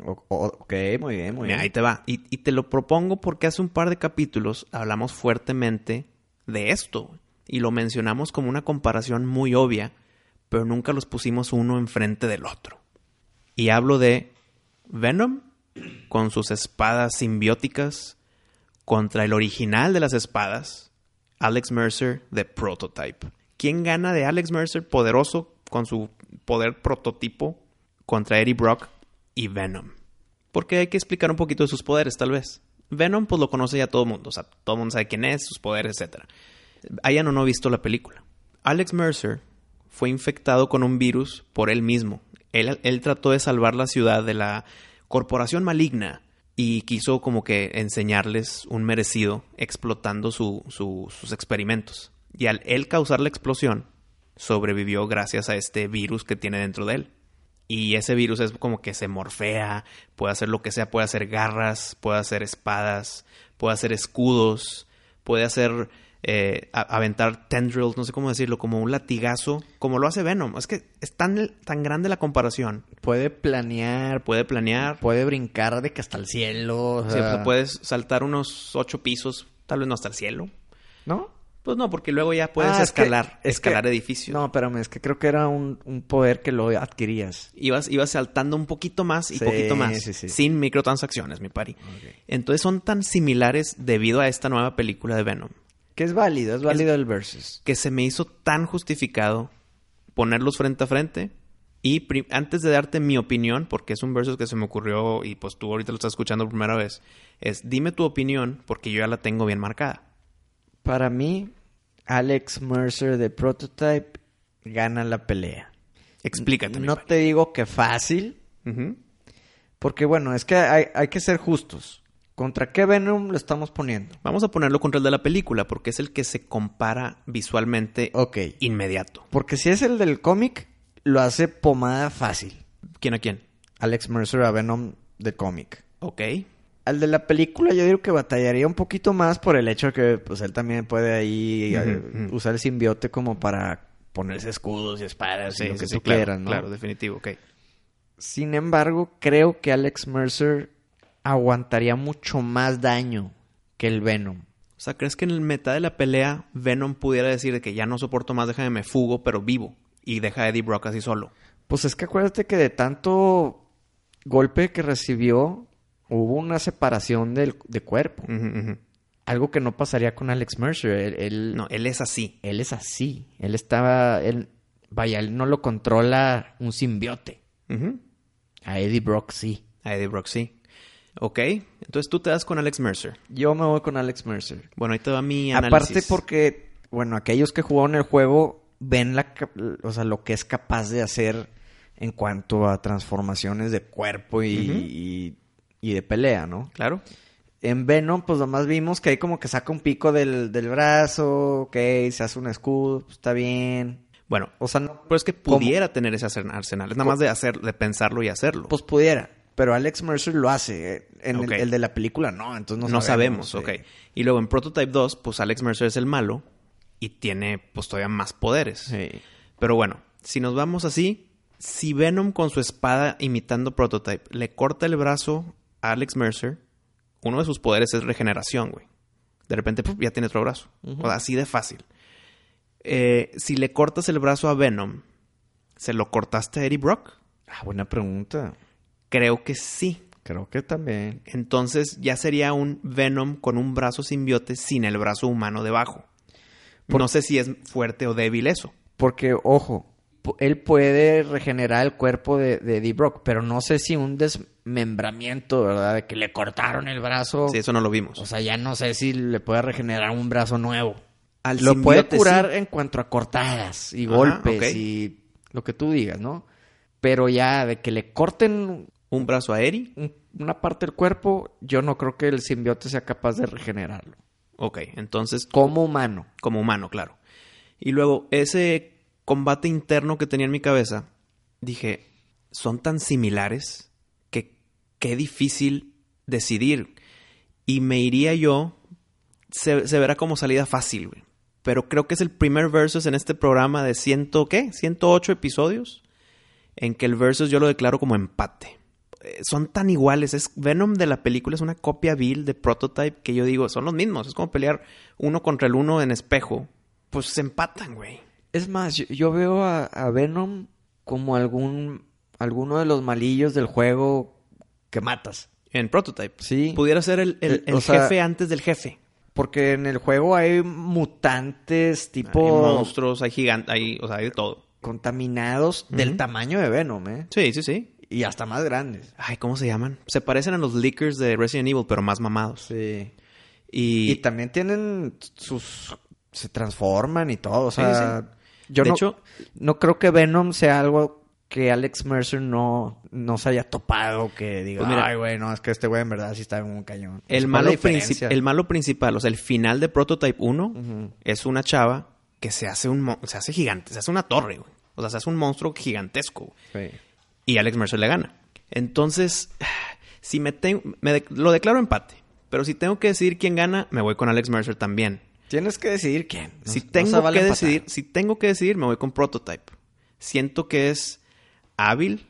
B: O- o- ok, muy bien, muy
C: Mira, ahí
B: bien.
C: te va. Y, y te lo propongo porque hace un par de capítulos hablamos fuertemente de esto. Y lo mencionamos como una comparación muy obvia, pero nunca los pusimos uno enfrente del otro. Y hablo de Venom con sus espadas simbióticas contra el original de las espadas, Alex Mercer de Prototype. ¿Quién gana de Alex Mercer poderoso con su poder prototipo contra Eddie Brock y Venom? Porque hay que explicar un poquito de sus poderes, tal vez. Venom, pues lo conoce ya todo el mundo. O sea, todo el mundo sabe quién es, sus poderes, etc. Hayan o no visto la película. Alex Mercer fue infectado con un virus por él mismo. Él, él trató de salvar la ciudad de la corporación maligna y quiso como que enseñarles un merecido explotando su- su- sus experimentos. Y al él causar la explosión, sobrevivió gracias a este virus que tiene dentro de él. Y ese virus es como que se morfea, puede hacer lo que sea, puede hacer garras, puede hacer espadas, puede hacer escudos, puede hacer eh, a- aventar tendrils, no sé cómo decirlo, como un latigazo, como lo hace Venom. Es que es tan, tan grande la comparación.
B: Puede planear,
C: Puede planear,
B: puede brincar de que hasta el cielo. o
C: Sí,
B: sea,
C: o sea, puedes saltar unos ocho pisos, tal vez no hasta el cielo.
B: ¿No?
C: Pues no, porque luego ya puedes
B: Ah, es que-
C: escalar,
B: es que-
C: escalar edificios.
B: No, espérame, es que creo que era un, un poder que lo adquirías.
C: Ibas, ibas saltando un poquito más y
B: Sí,
C: poquito más.
B: sí, sí.
C: Sin microtransacciones, mi pari. Entonces son tan similares debido a esta nueva película de Venom.
B: Que es válido, es válido el versus.
C: que se me hizo tan justificado ponerlos frente a frente. Y pri- antes de darte mi opinión, porque es un verso que se me ocurrió y pues tú ahorita lo estás escuchando por primera vez, es dime tu opinión porque yo ya la tengo bien marcada.
B: Para mí, Alex Mercer de Prototype gana la pelea.
C: Explícate. mi
B: No
C: pari.
B: te digo que fácil,
C: Ujú.
B: porque bueno, es que hay, hay que ser justos. ¿Contra qué Venom lo estamos poniendo?
C: Vamos a ponerlo contra el de la película porque es el que se compara visualmente
B: Ok.
C: inmediato.
B: Porque si es el del cómic, lo hace pomada fácil.
C: ¿Quién a quién?
B: Alex Mercer a Venom de cómic.
C: Ok.
B: Al de la película yo digo que batallaría un poquito más por el hecho de que pues él también puede ahí
C: Ujú,
B: eh,
C: ujú.
B: usar el simbiote como para ponerse escudos y espadas y
C: Sí,
B: lo que
C: sí, sí,
B: tú
C: claro,
B: quieras, ¿no?
C: claro, definitivo, ok.
B: Sin embargo, creo que Alex Mercer aguantaría mucho más daño que el Venom.
C: O sea, ¿crees que en el meta de la pelea Venom pudiera decir de que ya no soporto más, déjame, me fugo, pero vivo? Y deja a Eddie Brock así solo.
B: Pues es que acuérdate que de tanto golpe que recibió hubo una separación del, de cuerpo.
C: Ujú, ujú.
B: Algo que no pasaría con Alex Mercer. Él, él-
C: No, él es así.
B: él es así. Él estaba. Él, vaya, él no lo controla un simbiote. A Eddie Brock sí.
C: A Eddie Brock sí. Ok, entonces tú te das con Alex Mercer.
B: Yo me voy con Alex Mercer.
C: Bueno, ahí te va mi análisis.
B: Aparte porque, bueno, aquellos que jugaron el juego ven la, cap- o sea, lo que es capaz de hacer en cuanto a transformaciones de cuerpo y,
C: Ujú.
B: y- y de pelea, ¿no?
C: Claro.
B: En Venom, pues nomás vimos que ahí como que saca un pico del, del brazo, ok, se hace un escudo, pues, está bien.
C: Bueno,
B: O sea, no,
C: pero es que
B: ¿Cómo?
C: pudiera tener ese arsen- arsenal. Es nada más de, hacer, de pensarlo y hacerlo.
B: pues pudiera. Pero Alex Mercer lo hace. eh, En el-
C: Ok.
B: el, de la película no, entonces no,
C: no sabemos,
B: eh.
C: ok. Y luego en Prototype 2, pues Alex Mercer es el malo y tiene pues todavía más poderes.
B: Sí.
C: Pero bueno, si nos vamos así, si Venom con su espada imitando Prototype le corta el brazo a Alex Mercer, uno de sus poderes es regeneración, güey. De repente ¡puf! ya tiene otro brazo. O sea, así de fácil. Eh, si le cortas el brazo a Venom, ¿se lo cortaste a Eddie Brock?
B: Ah, buena pregunta.
C: Creo que sí.
B: Creo que también.
C: Entonces ya sería un Venom con un brazo simbiote sin el brazo humano debajo. No sé si es fuerte o débil eso.
B: Porque, ojo, pu- él puede regenerar el cuerpo de, de Eddie Brock, pero no sé si un desmembramiento, ¿verdad? De que le cortaron el brazo.
C: Sí, eso no lo vimos.
B: O sea, ya no sé si le puede regenerar un brazo nuevo.
C: Al
B: lo puede
C: simbiote,
B: curar
C: sí.
B: en cuanto a cortadas y
C: Ajá,
B: golpes
C: ok.
B: y lo que tú digas, ¿no? Pero ya de que le corten
C: Un brazo a Eddie.
B: un- una parte del cuerpo, yo no creo que el simbiote sea capaz de regenerarlo.
C: Ok, entonces
B: Como humano.
C: como humano, claro. Y luego, ese combate interno que tenía en mi cabeza, dije, son tan similares que qué difícil decidir. Y me iría yo, se, se verá como salida fácil, güey. Pero creo que es el primer versus en este programa de ciento, ¿qué? 108 episodios, en que el versus yo lo declaro como empate. Eh, Son tan iguales, es Venom de la película es una copia vil de Prototype que yo digo, son los mismos, es como pelear uno contra el uno en espejo. Pues se empatan, güey.
B: Es más, yo, yo veo a, a Venom como algún alguno de los malillos del juego que matas.
C: En Prototype. Sí. Pudiera ser el, el-
B: Eh,
C: el
B: o sea-
C: jefe antes del jefe.
B: Porque en el juego hay mutantes tipo...
C: Hay monstruos, hay gigantes, hay, o sea, hay de todo.
B: Contaminados del
C: Ujú.
B: tamaño de Venom, ¿eh?
C: Sí, sí, sí.
B: Y hasta más grandes.
C: Ay, ¿cómo se llaman? Se parecen a los leakers de Resident Evil, pero más mamados.
B: Sí. Y,
C: Y,
B: también tienen sus... Se transforman y todo. O sea,
C: Sí,
B: yo
C: de
B: no,
C: hecho,
B: no creo que Venom sea algo que Alex Mercer no, no se haya topado. Que diga,
C: Pues mira-
B: ay, güey, no, es que este güey en verdad sí está en un cañón.
C: el
B: ¿Cuál es la
C: malo, princi-
B: diferencia?
C: el malo principal, o sea, el final de Prototype 1
B: Ujú.
C: es una chava que se hace un mon- se hace gigante, se hace una torre, güey. O sea, se hace un monstruo gigantesco. güey.
B: Sí.
C: Y Alex Mercer le gana. Entonces, si me, tengo, me de- lo declaro empate, pero si tengo que decidir quién gana, me voy con Alex Mercer también.
B: Tienes que decidir quién. No-
C: si
B: no se
C: tengo
B: vale
C: que
B: empatar.
C: decidir, si tengo que decidir, me voy con Prototype. Siento que es hábil,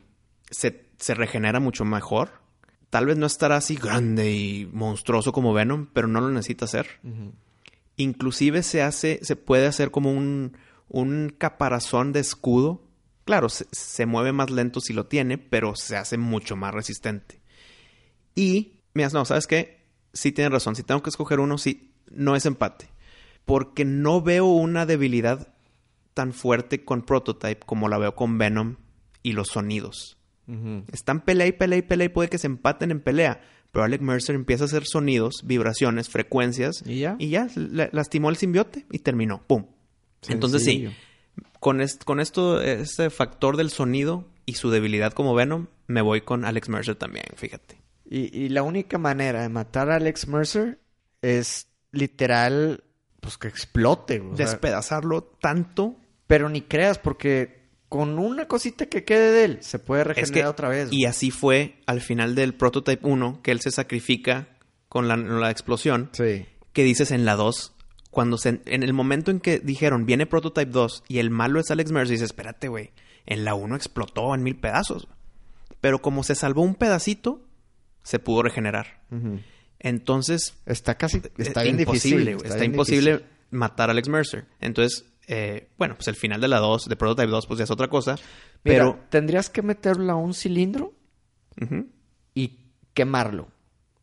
C: se, se regenera mucho mejor. Tal vez no estará así grande y monstruoso como Venom, pero no lo necesita hacer. Inclusive se hace, se puede hacer como un, un caparazón de escudo. Claro, se, se mueve más lento si lo tiene, pero se hace mucho más resistente. Y, mira, no, ¿sabes qué? Sí tienes razón. Si tengo que escoger uno, sí, no es empate. Porque no veo una debilidad tan fuerte con Prototype como la veo con Venom y los sonidos. Están pelea y pelea y pelea y puede que se empaten en pelea. Pero Alec Mercer empieza a hacer sonidos, vibraciones, frecuencias.
B: ¿Y ya?
C: Y ya, la- lastimó el simbiote y terminó. ¡Pum! Entonces sí,
B: Sencillo.
C: con, est- con esto, este factor del sonido y su debilidad como Venom, me voy con Alex Mercer también, fíjate.
B: Y, y la única manera de matar a Alex Mercer es literal, pues que explote. o sea,
C: Despedazarlo tanto
B: pero ni creas, porque con una cosita que quede de él, se puede regenerar
C: Es que-
B: otra vez.
C: Y así fue al final del Prototype 1, que él se sacrifica con la, la explosión.
B: Sí.
C: Que dices en la 2, cuando se- en el momento en que dijeron viene Prototype 2 y el malo es Alex Mercer, dices, espérate, güey, en la 1 explotó en mil pedazos. Pero como se salvó un pedacito, se pudo regenerar. Entonces,
B: Está casi, está
C: eh,
B: bien
C: imposible,
B: difícil.
C: güey. Está,
B: bien
C: imposible
B: difícil.
C: matar a Alex Mercer. Entonces, eh, bueno, pues el final de la 2, de Prototype 2, pues ya es otra cosa.
B: Mira,
C: Pero...
B: tendrías que meterlo a un cilindro
C: Ujú.
B: y quemarlo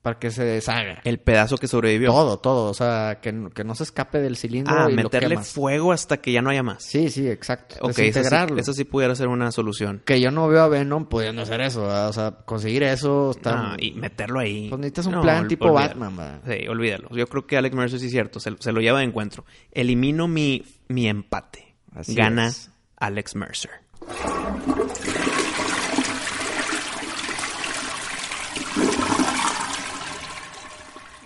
B: para que se deshaga.
C: El pedazo que sobrevivió.
B: Todo, todo. O sea, que, no- que no se escape del cilindro
C: Ah,
B: y lo
C: meterle
B: quemas.
C: fuego hasta que ya no haya más.
B: Sí, sí, exacto.
C: Ok, eso sí,
B: Desintegrarlo.
C: eso sí pudiera ser una solución.
B: que yo no veo a Venom pudiendo hacer eso, ¿verdad? o sea, conseguir eso está...
C: Ah, y meterlo ahí.
B: Pues necesitas un
C: No,
B: plan
C: ol-
B: tipo
C: olvídalo.
B: Batman, ¿verdad?
C: Sí, olvídalo. Yo creo que Alex Mercer sí es cierto, se, se lo lleva de encuentro. Elimino mi, mi empate.
B: Así
C: Gana
B: es.
C: Alex Mercer.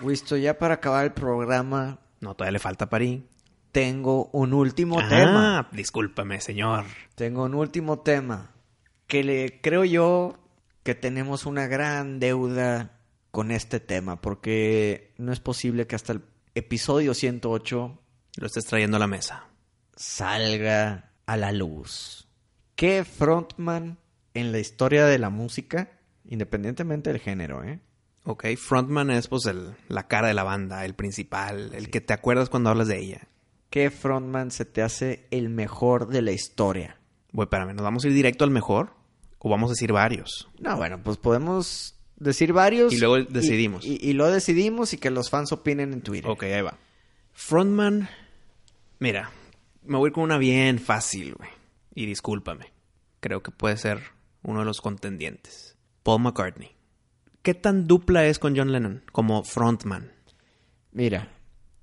B: Listo, ya para acabar el programa
C: No, todavía le falta París.
B: tengo un último
C: ah,
B: tema.
C: discúlpame, señor.
B: Tengo un último tema que le creo yo que tenemos una gran deuda con este tema porque no es posible que hasta el episodio 108
C: Lo estás trayendo a la mesa.
B: salga a la luz. ¿Qué frontman en la historia de la música, independientemente del género, eh?
C: Ok, frontman es pues el, la cara de la banda, el principal, el que te acuerdas cuando hablas de ella.
B: ¿Qué frontman se te hace el mejor de la historia?
C: Bueno, espérame, ¿nos vamos a ir directo al mejor? ¿O vamos a decir varios?
B: No, bueno, pues podemos decir varios.
C: Y luego decidimos.
B: Y, y luego decidimos y que los fans opinen en Twitter.
C: Ok, ahí va. Frontman. Mira, me voy a ir con una bien fácil, güey. Y discúlpame. Creo que puede ser uno de los contendientes. Paul McCartney. ¿Qué tan dupla es con John Lennon como frontman?
B: Mira,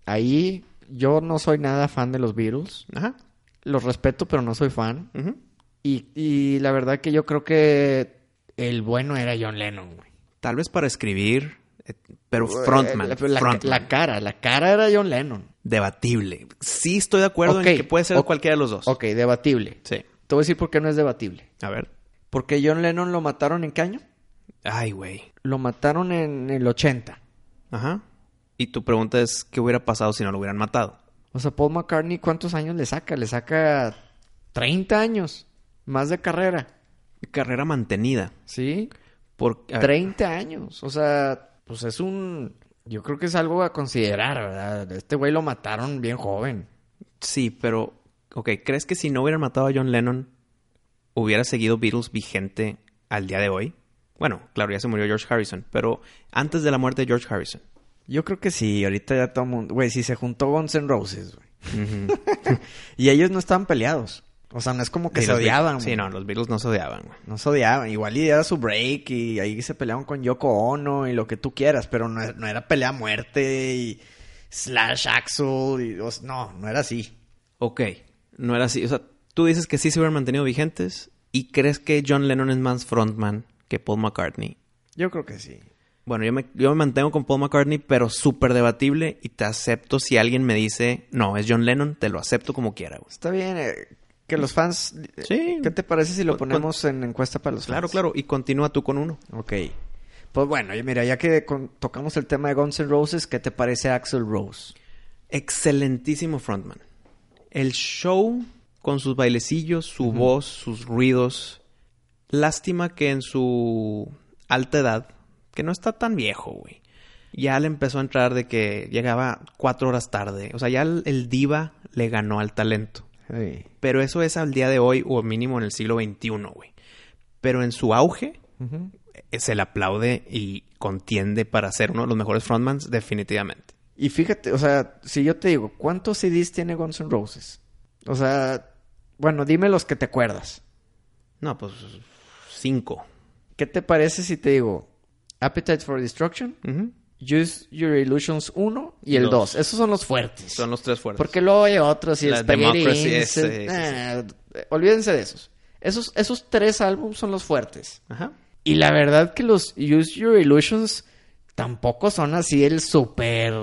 B: ahí yo no soy nada fan de los Beatles.
C: Ajá.
B: Los respeto, pero no soy fan.
C: ujú.
B: Y, y la verdad que yo creo que el bueno era John Lennon, güey.
C: Tal vez para escribir, eh, pero frontman.
B: Eh, La, la-
C: frontman.
B: la cara, la cara era John Lennon.
C: Debatible. Sí estoy de acuerdo
B: Ok,
C: en que puede ser
B: ok,
C: cualquiera de los dos.
B: Ok, debatible.
C: Sí.
B: Te voy a decir por qué no es debatible.
C: A ver.
B: Porque John Lennon lo mataron en qué año?
C: Ay, güey.
B: Lo mataron en el 80.
C: Ajá. Y tu pregunta es, ¿qué hubiera pasado si no lo hubieran matado?
B: O sea, Paul McCartney, ¿cuántos años le saca? Le saca 30 años más de carrera.
C: Carrera mantenida.
B: ¿Sí?
C: Por,
B: Ah.
C: ah, a ver,
B: 30 años. O sea, pues es un. Yo creo que es algo a considerar, ¿verdad? Este güey lo mataron bien joven.
C: Sí, pero... Ok, ¿crees que si no hubieran matado a John Lennon, hubiera seguido Beatles vigente al día de hoy? Bueno, claro, ya se murió George Harrison, pero antes de la muerte de George Harrison.
B: Yo creo que sí, ahorita ya todo el mundo. Güey, si se juntó Guns N' Roses, güey. y ellos no estaban peleados. O sea, no es como que
C: Sí,
B: se
C: los Be-
B: odiaban, güey.
C: Sí, no, los Beatles no se odiaban, güey.
B: No se odiaban. Igual y era su break y ahí se peleaban con Yoko Ono y lo que tú quieras, pero no, no era pelea a muerte y slash Axel. Y, o sea, no, no era así.
C: Ok, no era así. O sea, tú dices que sí se hubieran mantenido vigentes y crees que John Lennon es más frontman que Paul McCartney.
B: Yo creo que sí.
C: Bueno, yo me, yo me mantengo con Paul McCartney, pero súper debatible y te acepto si alguien me dice, no, es John Lennon, te lo acepto como quiera, güey.
B: Está bien. eh, que los fans. eh, ¿Qué te parece si lo
C: Con-
B: ponemos en encuesta para los
C: Claro,
B: fans?
C: claro, y continúa tú con uno.
B: Ok. Pues bueno, y mira, ya que con- tocamos el tema de Guns N' Roses, ¿qué te parece Axel Rose?
C: Excelentísimo frontman. El show con sus bailecillos, su voz, sus ruidos. Lástima que en su alta edad, que no está tan viejo, güey. Ya le empezó a entrar de que llegaba cuatro horas tarde. O sea, ya el, el diva le ganó al talento. Pero eso es al día de hoy, o mínimo en el siglo XXI, güey. Pero en su auge, eh, se le aplaude y contiende para ser uno de los mejores frontmans, definitivamente.
B: Y fíjate, o sea, si yo te digo, ¿cuántos CDs tiene Guns N' Roses? O sea, bueno, dime los que te acuerdas.
C: No, pues cinco.
B: ¿Qué te parece si te digo Appetite for Destruction, Use Your Illusions 1 y el
C: Dos.
B: 2? Esos son los fuertes.
C: Son los tres fuertes.
B: Porque luego hay otros y
C: La
B: Spaghetti
C: Democracy,
B: Inc,
C: ese, ese,
B: eh, eh, Olvídense de esos. Esos, esos tres álbumes son los fuertes.
C: Ajá.
B: Y la verdad que los Use Your Illusions tampoco son así el super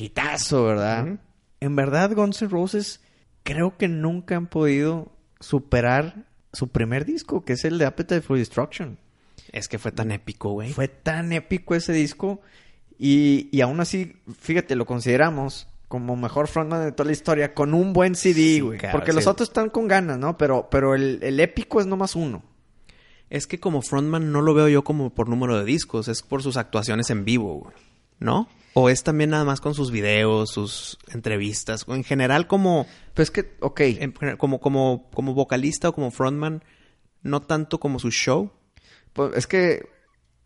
B: hitazo, ¿verdad? En verdad, Guns N' Roses creo que nunca han podido superar su primer disco, que es el de Appetite for Destruction.
C: Es que fue tan épico, güey.
B: Fue tan épico ese disco y, y aún así, fíjate, lo consideramos como mejor frontman de toda la historia con un buen CD, güey.
C: claro,
B: Porque
C: sí.
B: los otros están con ganas, ¿no? Pero, pero el, el épico es nomás uno.
C: Es que como frontman no lo veo yo como por número de discos, es por sus actuaciones en vivo, güey. ¿No? O es también nada más con sus videos, sus entrevistas, o en general como,
B: Pues que, ok.
C: en general, como, como, como vocalista o como frontman, no tanto como su show.
B: Pues, es que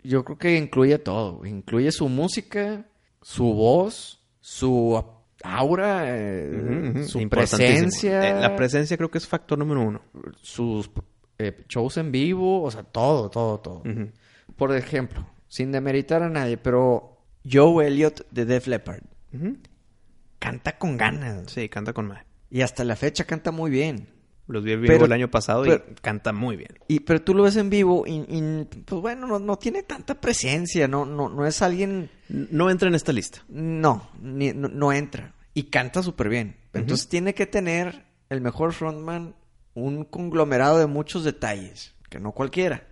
B: yo creo que incluye todo. güey. Incluye su música, su voz, su a- aura, eh,
C: Ujú, ujú,
B: su
C: importantísimo.
B: presencia,
C: Eh, la presencia creo que es factor número uno.
B: sus eh, shows en vivo, o sea, todo, todo, todo.
C: Ujú.
B: Por ejemplo, sin demeritar a nadie, pero Joe Elliott de Def Leppard
C: Ujú.
B: canta con ganas.
C: Sí, canta con madre.
B: Y hasta la fecha canta muy bien.
C: Los vi en
B: Pero-
C: vivo el año pasado y
B: pero-
C: canta muy bien.
B: Y, pero tú lo ves en vivo y, y, pues bueno, no, no tiene tanta presencia, no, no, no es alguien...
C: No entra en esta lista.
B: No, ni- no, no entra. Y canta súper bien. Entonces tiene que tener el mejor frontman un conglomerado de muchos detalles, que no cualquiera.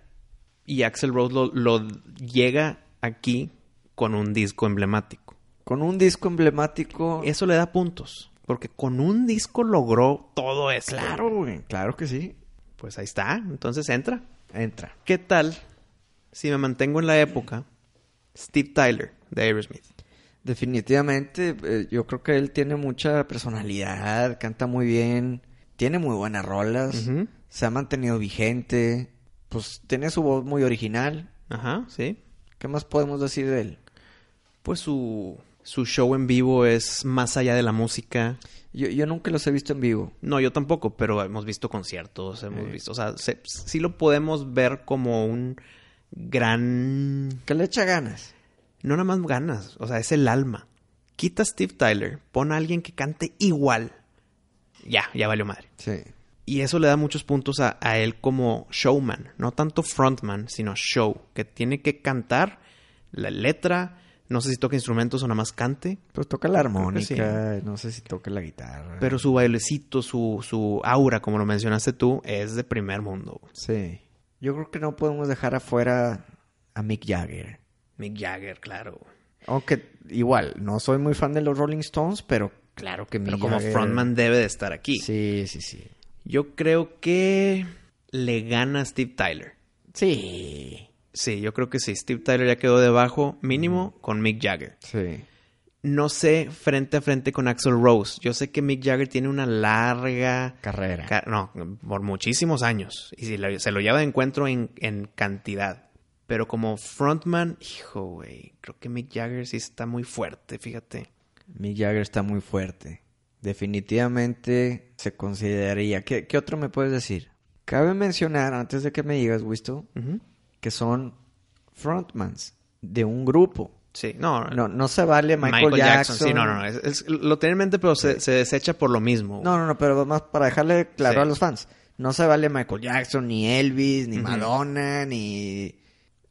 C: Y Axel Rose lo, lo llega aquí con un disco emblemático.
B: Con un disco emblemático.
C: Eso le da puntos. Porque con un disco logró todo eso.
B: claro, güey. Claro que sí.
C: Pues ahí está. Entonces entra.
B: Entra.
C: ¿Qué tal si me mantengo en la época? Steve Tyler de Aerosmith.
B: Definitivamente, eh, yo creo que él tiene mucha personalidad, canta muy bien, tiene muy buenas rolas,
C: Ujú.
B: se ha mantenido vigente, pues tiene su voz muy original.
C: Ajá, sí.
B: ¿Qué más podemos decir de él?
C: Pues su, su show en vivo es más allá de la música.
B: Yo, yo nunca los he visto en vivo.
C: No, yo tampoco, pero hemos visto conciertos, hemos visto. O sea, se- sí lo podemos ver como un gran
B: ¿Qué le echa ganas?
C: No nada más ganas, o sea, es el alma. Quita a Steve Tyler, pon a alguien que cante igual. Ya, ya valió madre.
B: Sí.
C: Y eso le da muchos puntos a, a él como showman, no tanto frontman, sino show, que tiene que cantar la letra, no sé si toca instrumentos o nada más cante,
B: Pues toca la
C: que sí.
B: armónica, no sé si toca la guitarra.
C: pero su bailecito, su, su aura, como lo mencionaste tú, es de primer mundo.
B: Sí. Yo creo que no podemos dejar afuera a Mick Jagger.
C: Mick Jagger, claro.
B: Aunque igual, no soy muy fan de los Rolling Stones, pero claro que
C: Pero
B: Mick
C: como
B: Jagger-
C: frontman debe de estar aquí.
B: Sí, sí, sí.
C: Yo creo que le gana a Steve Tyler.
B: Sí.
C: Sí, yo creo que sí. Steve Tyler ya quedó debajo, mínimo,
B: Mm.
C: con Mick Jagger.
B: Sí.
C: No sé frente a frente con Axel Rose. Yo sé que Mick Jagger tiene una larga...
B: Carrera.
C: ca- no, por muchísimos años. Y si lo- se lo lleva de encuentro en, en cantidad. Pero como frontman, hijo, güey, creo que Mick Jagger sí está muy fuerte, fíjate.
B: Mick Jagger está muy fuerte. Definitivamente se consideraría. ¿Qué, qué otro me puedes decir? Cabe mencionar, antes de que me digas, Wisto, que son frontmans de un grupo.
C: Sí, no,
B: No, no se vale Michael, Jackson.
C: Sí, no, no, no. es- es- lo tienen en mente, pero se, se desecha por lo mismo.
B: No, no, no, pero más para dejarle claro
C: Sí.
B: a los fans. No se vale Michael Jackson, ni Elvis, ni
C: Ujú.
B: Madonna, ni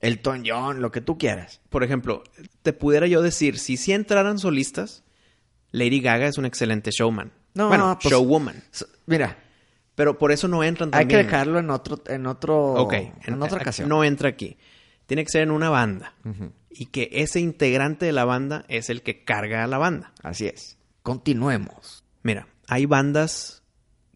B: Elton John, lo que tú quieras.
C: Por ejemplo, te pudiera yo decir, si sí entraran solistas, Lady Gaga es un excelente showman.
B: No,
C: bueno,
B: pues,
C: showwoman.
B: Mira,
C: Pero por eso no entran
B: hay que
C: también.
B: dejarlo en otro, en otro,
C: Ok,
B: en otra
C: a-
B: ocasión.
C: No entra aquí. Tiene que ser en una banda. Y que ese integrante de la banda es el que carga a la banda.
B: Así es. Continuemos.
C: Mira, hay bandas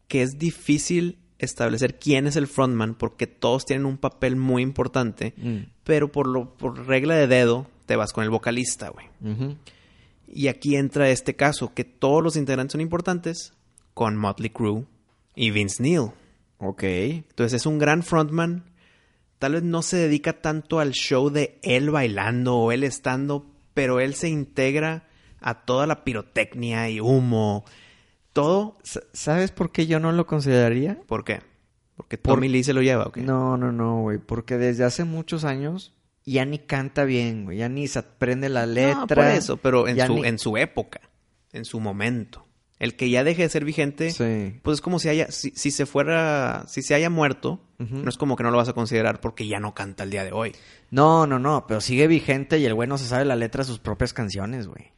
C: que es difícil establecer quién es el frontman porque todos tienen un papel muy importante,
B: Mm.
C: pero por, lo, por regla de dedo te vas con el vocalista, güey. Y aquí entra este caso, que todos los integrantes son importantes, con Motley Crue y Vince Neil.
B: Ok.
C: Entonces es un gran frontman. Tal vez no se dedica tanto al show de él bailando o él estando, pero él se integra a toda la pirotecnia y humo. Todo.
B: S- ¿Sabes por qué yo no lo consideraría?
C: ¿Por qué? Porque Tommy
B: Por-
C: Lee se lo lleva, ¿ok?
B: No, no, no, güey. Porque desde hace muchos años ya ni canta bien, güey. Ya ni se aprende la letra.
C: No, por eso, pero en
B: ya
C: su,
B: ni-
C: en su época, en su momento. El que ya deje de ser vigente,
B: Sí.
C: pues es como si haya, si, si se fuera, si se haya muerto,
B: Ujú.
C: no es como que no lo vas a considerar porque ya no canta el día de hoy.
B: No, no, no. Pero sigue vigente y el güey no se sabe la letra de sus propias canciones, güey.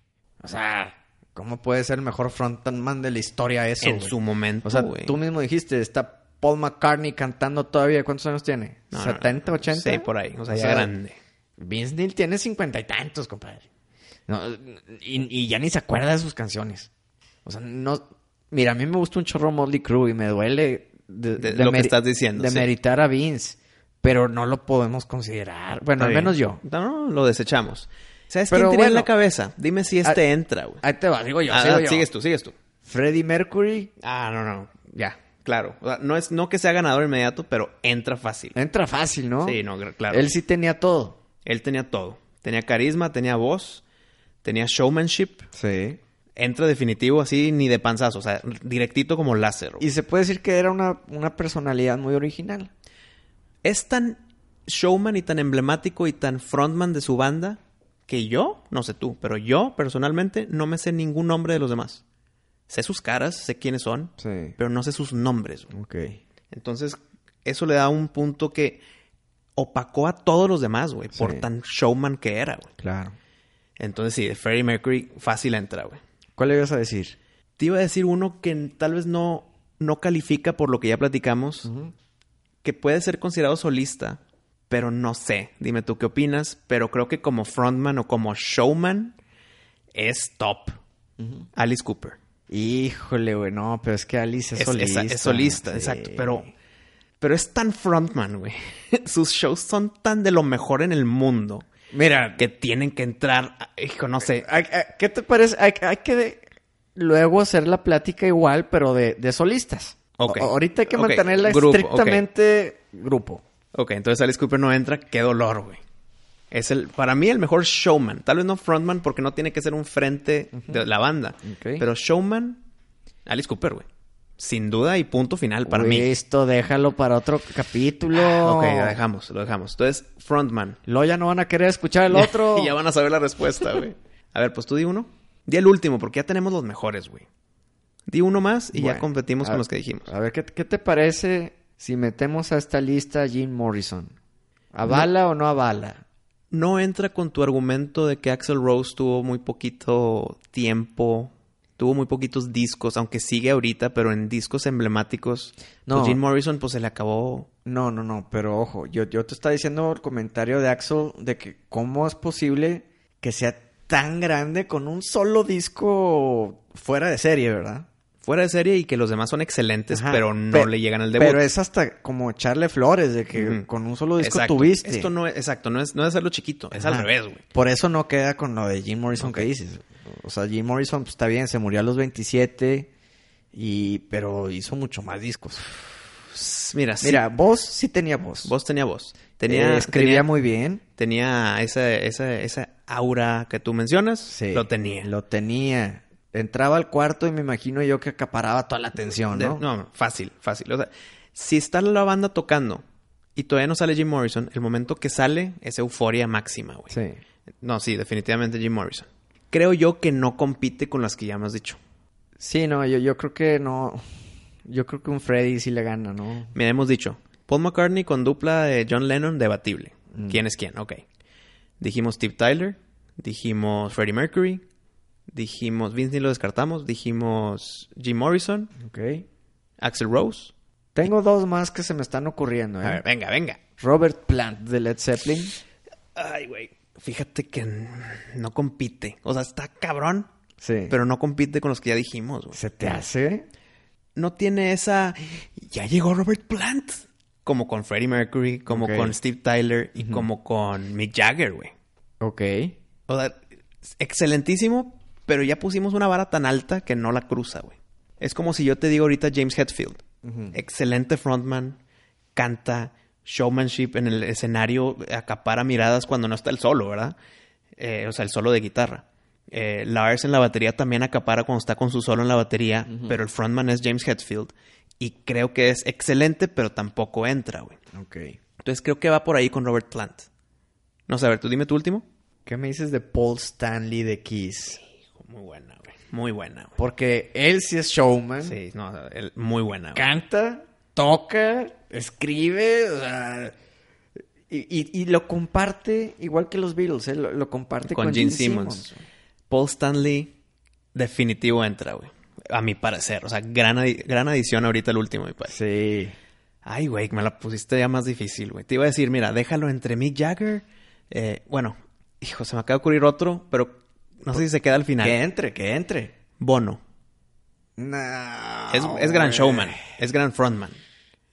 B: O sea, ¿cómo puede ser el mejor frontman de la historia eso,
C: en
B: güey?
C: su momento,
B: O sea,
C: güey.
B: tú mismo dijiste, está Paul McCartney cantando todavía. ¿Cuántos años tiene?
C: No, no, no.
B: ¿70, 80?
C: Sí, por ahí. O sea, ya grande.
B: Vince Neil tiene cincuenta y tantos, compadre. No, y, y ya ni se acuerda de sus canciones. O sea, no... Mira, a mí me gusta un chorro Motley Crue y me duele... De,
C: De
B: de
C: lo que
B: meri-
C: estás diciendo,
B: De
C: sí.
B: meritar a Vince. Pero no lo podemos considerar. Bueno,
C: Está
B: al
C: bien.
B: menos yo.
C: No, no, lo desechamos. ¿Sabes
B: Pero
C: quién tenía en
B: bueno.
C: la cabeza? Dime si este entra, güey.
B: Ahí te va, digo yo,
C: Ah,
B: sigo
C: ah,
B: yo.
C: Sigues tú, sigues tú.
B: Freddie Mercury
C: Ah, no, no. Ya, claro. O sea, no es no que sea ganador inmediato, pero entra fácil.
B: entra fácil, ¿no?
C: Sí, no, gra- claro.
B: ¿Eh? Él sí tenía todo.
C: Él tenía todo. Tenía carisma, tenía voz, tenía showmanship.
B: Sí.
C: Entra definitivo así, ni de panzazo. O sea, directito como láser. güey.
B: Y se puede decir que era una, una personalidad muy original.
C: es tan showman y tan emblemático y tan frontman de su banda que yo, no sé tú, pero yo personalmente no me sé ningún nombre de los demás. Sé sus caras, sé quiénes son,
B: Sí.
C: pero no sé sus nombres. güey.
B: Ok.
C: Entonces, eso le da un punto que opacó a todos los demás, güey, por
B: Sí.
C: tan showman que era, güey.
B: Claro.
C: Entonces, sí, de Freddie Mercury fácil entra, güey.
B: ¿Cuál le ibas a decir?
C: Te iba a decir uno que tal vez no, no califica por lo que ya platicamos, que puede ser considerado solista, pero no sé. Dime tú qué opinas, pero creo que como frontman o como showman es top. Alice Cooper.
B: Híjole, güey, no, pero es que Alice es,
C: Es es- es
B: solista.
C: solista.
B: sí.
C: exacto. Pero, pero es tan frontman, güey. Sus shows son tan de lo mejor en el mundo
B: Mira,
C: que tienen que entrar, a- hijo, no sé.
B: hay- hay- ¿qué te parece? Hay, hay que de- luego hacer la plática igual, pero de, de solistas.
C: Ok.
B: A- ahorita hay que
C: Ok,
B: mantenerla
C: grupo, ok.
B: estrictamente grupo.
C: Ok, entonces Alice Cooper no entra. Qué dolor, güey. Es el, para mí, el mejor showman. Tal vez no frontman porque no tiene que ser un frente de la banda.
B: Ok.
C: Pero showman, Alice Cooper, güey. Sin duda y punto final para mí. Ah,
B: Listo, déjalo para otro capítulo.
C: Ok, lo dejamos, lo dejamos. Entonces, frontman.
B: Luego ya no van a querer escuchar el otro.
C: Y ya van a saber la respuesta, güey. A ver, pues tú di uno. Di el último porque ya tenemos los mejores, güey. Di uno más y ya
B: Bueno,
C: competimos
B: a-
C: con los que dijimos.
B: A ver, ¿qué, qué te parece si metemos a esta lista a Jim Morrison? ¿Avala o no avala?
C: no entra con tu argumento de que Axel Rose tuvo muy poquito tiempo, tuvo muy poquitos discos, aunque sigue ahorita, pero en discos emblemáticos.
B: No.
C: Pues Jim Morrison, pues se le acabó.
B: No, no, no, pero ojo, yo, yo te estaba diciendo el comentario de Axel de que cómo es posible que sea tan grande con un solo disco fuera de serie, ¿verdad?
C: Fuera de serie y que los demás son excelentes,
B: Ajá.
C: pero no
B: Pe-
C: le llegan al debut.
B: Pero es hasta como echarle flores de que
C: Ujú.
B: con un solo disco
C: Exacto.
B: tuviste.
C: Esto no es, exacto, no es, no es hacerlo chiquito, es al
B: Ajá.
C: revés, güey.
B: Por eso no queda con lo de Jim Morrison que dices. O sea, Jim Morrison pues, está bien, se murió a los 27, y, pero hizo mucho más discos.
C: Mira, sí.
B: Mira, vos sí tenía voz.
C: Vos tenía voz. Tenía,
B: Eh, escribía
C: tenía-
B: muy bien.
C: Tenía esa, esa, esa aura que tú mencionas.
B: Sí.
C: Lo tenía.
B: Lo tenía. Entraba al cuarto y me imagino yo que acaparaba toda la atención,
C: De-
B: ¿no?
C: no, fácil, fácil. O sea, si está la banda tocando y todavía no sale Jim Morrison, el momento que sale es euforia máxima, güey.
B: Sí.
C: No, sí, definitivamente Jim Morrison. Creo yo que no compite con las que ya me has dicho.
B: Sí, no, yo, yo creo que no. Yo creo que un Freddy sí le gana, ¿no?
C: Mira, hemos dicho, Paul McCartney con dupla de John Lennon, debatible.
B: Mm.
C: ¿Quién es quién? Ok. Dijimos Steve Tyler, dijimos Freddie Mercury, dijimos Vince Neil lo descartamos, dijimos Jim Morrison,
B: Ok.
C: Axel Rose.
B: Tengo dos más que se me están ocurriendo, ¿eh?
C: A ver, venga, venga.
B: Robert Plant de Led Zeppelin.
C: Ay, güey. Fíjate que n- no compite. O sea, está cabrón,
B: Sí.
C: pero no compite con los que ya dijimos, güey.
B: ¿Se te hace?
C: No tiene esa. Ya llegó Robert Plant. Como con Freddie Mercury, como
B: Ok.
C: con Steve Tyler y como con Mick Jagger, güey.
B: Ok.
C: O sea, es excelentísimo, pero ya pusimos una vara tan alta que no la cruza, güey. Es como si yo te digo ahorita James Hetfield. Excelente frontman, canta, showmanship en el escenario, acapara miradas cuando no está el solo, ¿verdad? Eh, o sea, el solo de guitarra. Eh, Lars en la batería también acapara cuando está con su solo en la batería, pero el frontman es James Hetfield. Y creo que es excelente, pero tampoco entra, güey.
B: Ok.
C: Entonces creo que va por ahí con Robert Plant. No sé, a ver, tú dime tu último.
B: ¿Qué me dices de Paul Stanley de Kiss?
C: Muy buena, güey. Muy buena, güey.
B: Porque él sí es showman.
C: Sí, no, el- muy buena, güey.
B: Canta, toca, escribe, o sea, y, y- y lo comparte igual que los Beatles, ¿eh? lo, lo comparte con,
C: Con Gene Simmons. Paul Stanley, definitivo entra, güey. A mi parecer. O sea, gran, adi- gran adición ahorita el último, mi parece.
B: Sí.
C: Ay, güey, me la pusiste ya más difícil, güey. Te iba a decir, mira, déjalo entre Mick Jagger. eh, bueno, hijo, se me acaba de ocurrir otro, pero no sé si se queda al final.
B: Que entre, que entre.
C: Bono.
B: No.
C: Es, es gran
B: güey.
C: showman. Es gran frontman.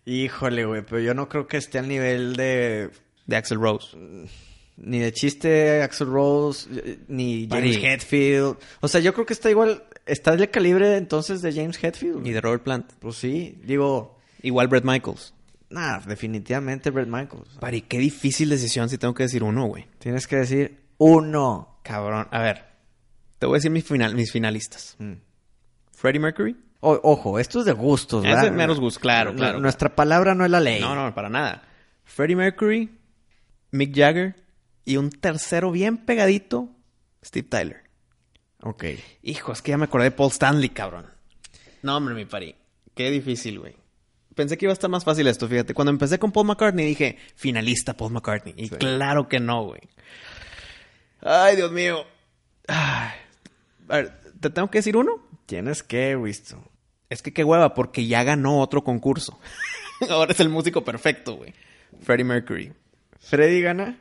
B: Híjole, güey, pero yo no creo que esté al nivel de
C: De Axel Rose.
B: ni de chiste Axel Rose, eh, ni James
C: Buddy.
B: Hetfield. O sea, yo creo que está igual, está del calibre entonces de James Hetfield.
C: Y de Robert Plant.
B: Pues sí, digo,
C: Igual Brett Michaels.
B: nada, definitivamente Brett Michaels.
C: Pari, qué difícil decisión si tengo que decir uno, güey.
B: Tienes que decir uno.
C: Cabrón. A ver. Te voy a decir mis, final, mis finalistas.
B: Mm.
C: Freddie Mercury.
B: O- ojo, esto es de gustos, ¿verdad?
C: Es de meros gustos, claro,
B: N-
C: claro.
B: Nuestra palabra no es la ley.
C: No, no, para nada. Freddie Mercury, Mick Jagger y un tercero bien pegadito, Steve Tyler.
B: Ok.
C: Hijo, es que ya me acordé de Paul Stanley, cabrón. No, hombre, mi pari. Qué difícil, güey. Pensé que iba a estar más fácil esto, fíjate. Cuando empecé con Paul McCartney dije, finalista Paul McCartney. Y claro que no, güey. Ay, Dios mío. Ay. A ver, ¿te tengo que decir uno?
B: Tienes que, Wisto.
C: Es que qué hueva, porque ya ganó otro concurso. Ahora es el músico perfecto, güey. Freddie Mercury.
B: Freddy gana.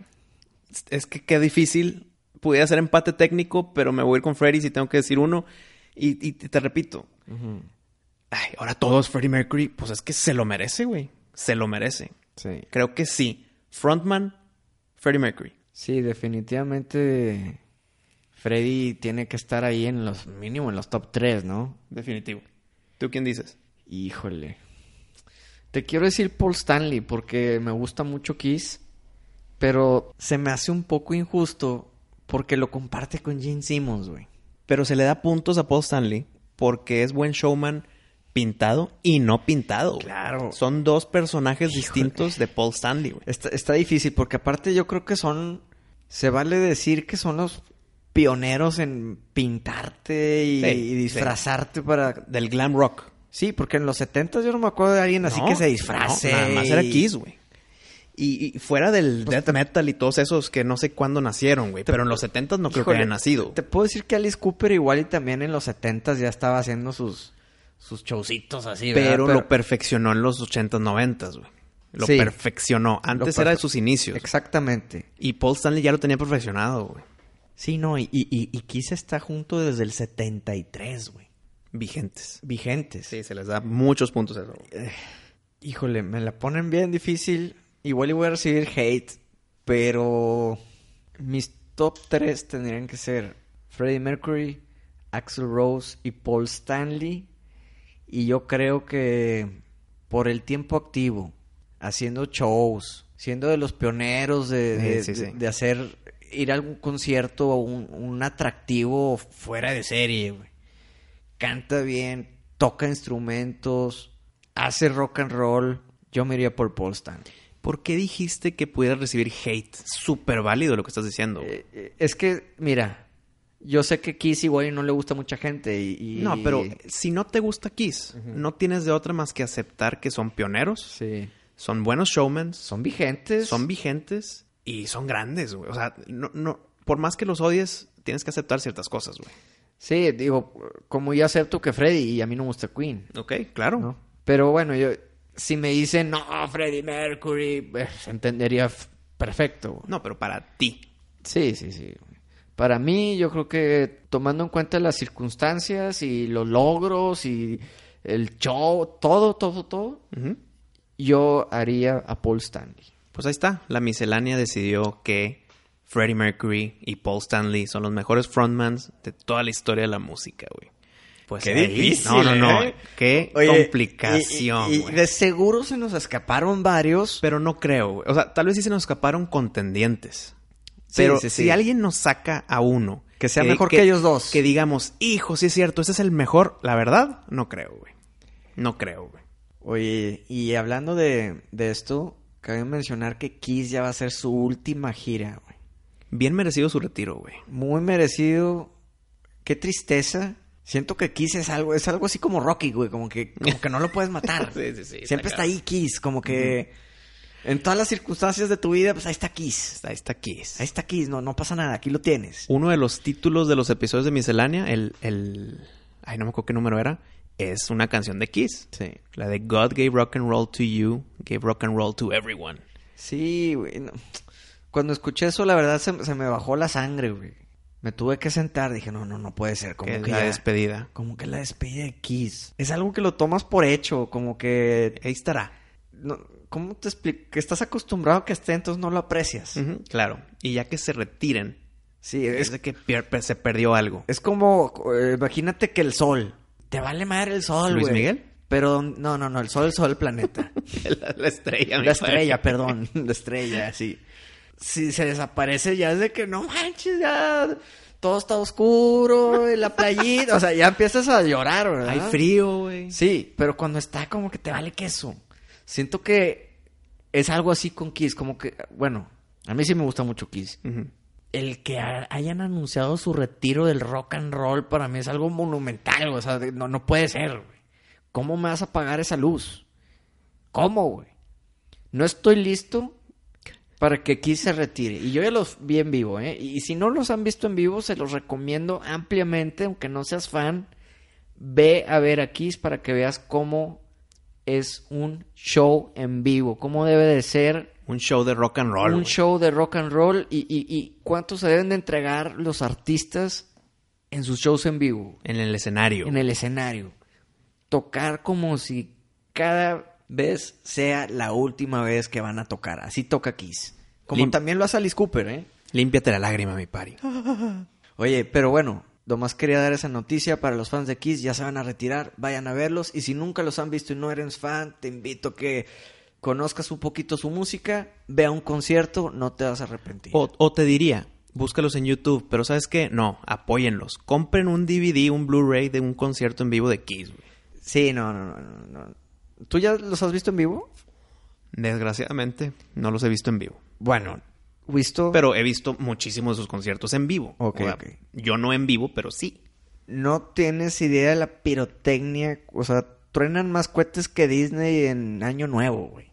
C: Es- Es que qué difícil. Pudiera ser empate técnico, pero me voy a ir con Freddie si tengo que decir uno. Y, y te te repito. Ay, ahora todos Freddie Mercury. Pues es que se lo merece, güey. Se lo merece.
B: Sí.
C: Creo que sí. Frontman, Freddie Mercury.
B: Sí, definitivamente Freddy tiene que estar ahí en los mínimo en los top 3, ¿no?
C: Definitivo. ¿Tú quién dices?
B: Híjole. Te quiero decir Paul Stanley porque me gusta mucho Kiss, pero se me hace un poco injusto porque lo comparte con Gene Simmons, güey.
C: Pero se le da puntos a Paul Stanley porque es buen showman pintado y no pintado. güey.
B: Claro.
C: Son dos personajes distintos de Paul Stanley, güey.
B: Está, está difícil porque aparte yo creo que son, se vale decir que son los pioneros en pintarte y,
C: Sí,
B: y
C: sí.
B: disfrazarte para...
C: Del glam rock.
B: Sí, porque en los 70 yo no me acuerdo de alguien así
C: No,
B: que se disfrace.
C: no, nada más era
B: y-
C: Kiss, güey. Pues Y, y fuera del death metal y todos esos que no sé cuándo nacieron, güey. Pero en los 70 no creo
B: Híjole,
C: que hayan nacido.
B: Te puedo decir que Alice Cooper igual y también en los 70 ya estaba haciendo sus sus showcitos así, ¿verdad?
C: pero, lo perfeccionó en los 80s, 90s, güey. Lo
B: Sí.
C: perfeccionó. Antes
B: Lo
C: era de
B: perfe-
C: sus inicios.
B: Exactamente.
C: Y Paul Stanley ya lo tenía perfeccionado, güey.
B: Sí, no, y, y, y, y Kiss está junto desde el 73, güey.
C: Vigentes. Eh,
B: Vigentes.
C: Sí, se les da muchos puntos a eso. güey.
B: Híjole, me la ponen bien difícil. Igual y voy a recibir hate, pero mis top 3 tendrían que ser Freddie Mercury, Axel Rose y Paul Stanley. Y yo creo que por el tiempo activo, haciendo shows, siendo de los pioneros de, de-
C: Sí, sí, sí.
B: de hacer ir a algún concierto o un, un atractivo fuera de serie, güey. Canta bien, toca instrumentos, hace rock and roll. Yo me iría por Paul Stanley.
C: ¿Por qué dijiste que pudieras recibir hate? Súper válido lo que estás diciendo. güey.
B: Eh, Es que, mira, yo sé que Kiss igual y no le gusta a mucha gente y... y-
C: No, pero si no te gusta Kiss, no tienes de otra más que aceptar que son pioneros,
B: Sí.
C: son buenos showmen, son,
B: Son vigentes.
C: vigentes y son grandes, güey. O sea, no, no, por más que los odies, tienes que aceptar ciertas cosas, güey.
B: Sí, digo, como ya acepto que Freddy y a mí no me gusta Queen,
C: Ok, claro.
B: ¿no? Pero bueno, yo si me dicen, "No, Freddie Mercury", eh, se entendería f- perfecto. güey.
C: No, pero para ti.
B: Sí, sí, sí. güey. Para mí yo creo que tomando en cuenta las circunstancias y los logros y el show, todo, todo, todo, yo haría a Paul Stanley.
C: Pues ahí está. La miscelánea decidió que Freddie Mercury y Paul Stanley son los mejores frontmans de toda la historia de la música, güey. Pues
B: Qué
C: ahí-
B: difícil,
C: No, no, no.
B: ¿eh?
C: Qué
B: Oye,
C: complicación,
B: y- y- y
C: güey.
B: de seguro se nos escaparon varios.
C: Pero no creo, güey. O sea, tal vez sí se nos escaparon contendientes.
B: Sí,
C: Pero
B: sí,
C: si
B: sí.
C: alguien nos saca a uno...
B: Que sea mejor que ellos dos.
C: Que digamos, hijo, sí es cierto, este es el mejor. La verdad, no creo, güey. No creo, güey.
B: Oye, y hablando de, de esto, cabe mencionar que Kiss ya va a ser su última gira, güey.
C: Bien merecido su retiro, güey.
B: Muy merecido. Qué tristeza. Siento que Kiss es algo, es algo así como Rocky, güey, como que, como que no lo puedes matar.
C: Sí, sí, sí,
B: Siempre está
C: está
B: ahí Kiss, como que en todas las circunstancias de tu vida, pues ahí está Kiss.
C: Ahí está Kiss.
B: Ahí está Kiss, no, no pasa nada, aquí lo tienes.
C: uno de los títulos de los episodios de Miscelánea, el, el... Ay, no me acuerdo qué número era. Es una canción de Kiss.
B: Sí.
C: La de God gave rock and roll to you, gave rock and roll to everyone.
B: Sí, güey. no. Cuando escuché eso, la verdad se, se me bajó la sangre, güey. Me tuve que sentar, dije, no, no, no puede ser. Como
C: Que
B: que,
C: es la
B: ya-
C: despedida.
B: Como que la despedida de Kiss. Es algo que lo tomas por hecho, como que...
C: Ahí estará.
B: no- ¿Cómo te explico? Que estás acostumbrado a que esté, entonces no lo aprecias.
C: Ujú, claro. Y ya que se retiren,
B: Sí,
C: es
B: es,
C: de que pier- per- se perdió algo.
B: es como... eh, imagínate que el sol. Te vale madre el sol,
C: ¿Luis
B: güey.
C: Miguel?
B: Pero no, no, no, el sol, el sol, el planeta.
C: la, la estrella. mi
B: La estrella,
C: padre.
B: perdón. La estrella, sí. Si se desaparece ya es de que no manches, ya todo está oscuro, y la playita, o sea, ya empiezas a llorar, ¿verdad?
C: Hay frío, güey.
B: Sí, pero cuando está como que te vale queso. Siento que es algo así con Kiss, como que, bueno, a mí sí me gusta mucho Kiss.
C: Ujú.
B: El que ha- hayan anunciado su retiro del rock and roll para mí es algo monumental, o sea, de- no, no puede ser, güey. ¿Cómo me vas a pagar esa luz? ¿Cómo, güey? No estoy listo para que Kiss se retire. Y yo ya los vi en vivo, ¿eh? Y si no los han visto en vivo, se los recomiendo ampliamente, aunque no seas fan. Ve a ver a Kiss para que veas cómo es un show en vivo, cómo debe de ser
C: Un show de rock and roll.
B: un
C: güey.
B: show de rock and roll y, y- y cuánto se deben de entregar los artistas en sus shows en vivo,
C: En el escenario.
B: en el escenario. Tocar como si cada vez sea la última vez que van a tocar. Así toca Kiss. Como
C: Lim-
B: también lo hace Alice Cooper, ¿eh?
C: Límpiate la lágrima, mi pari.
B: Oye, pero bueno, nomás quería dar esa noticia para los fans de Kiss, ya se van a retirar, vayan a verlos y si nunca los han visto y no eres fan, te invito a que conozcas un poquito su música, vea un concierto, no te vas a arrepentir.
C: O, o te diría, búscalos en YouTube, pero ¿sabes qué? No, apóyenlos. Compren un DVD, un Blu-ray de un concierto en vivo de Kiss, güey.
B: Sí, no, no, no, no, no. ¿Tú ya los has visto en vivo?
C: Desgraciadamente, no los he visto en vivo.
B: Bueno, visto, pero
C: Pero he visto muchísimos de sus conciertos en vivo.
B: Ok, ok.
C: Yo no en vivo, pero sí.
B: no tienes idea de la pirotecnia, o sea, truenan más cohetes que Disney en Año Nuevo, güey.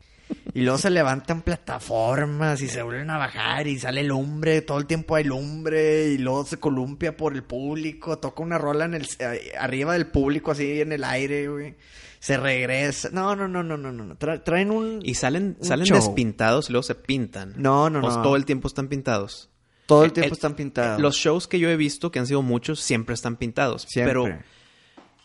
B: Y luego se levantan plataformas y se vuelven a bajar y sale lumbre, todo el tiempo hay lumbre y luego se columpia por el público, toca una rola en el eh, arriba del público así en el aire, güey. Se regresa. No, no, no, no, no, no. Tra- traen un
C: Y salen,
B: un
C: salen
B: show.
C: despintados y luego se pintan.
B: No, no,
C: O
B: no.
C: todo el tiempo están pintados. Eh,
B: Todo el tiempo están pintados.
C: Los shows que yo he visto, que han sido muchos, siempre están pintados.
B: Siempre.
C: Pero,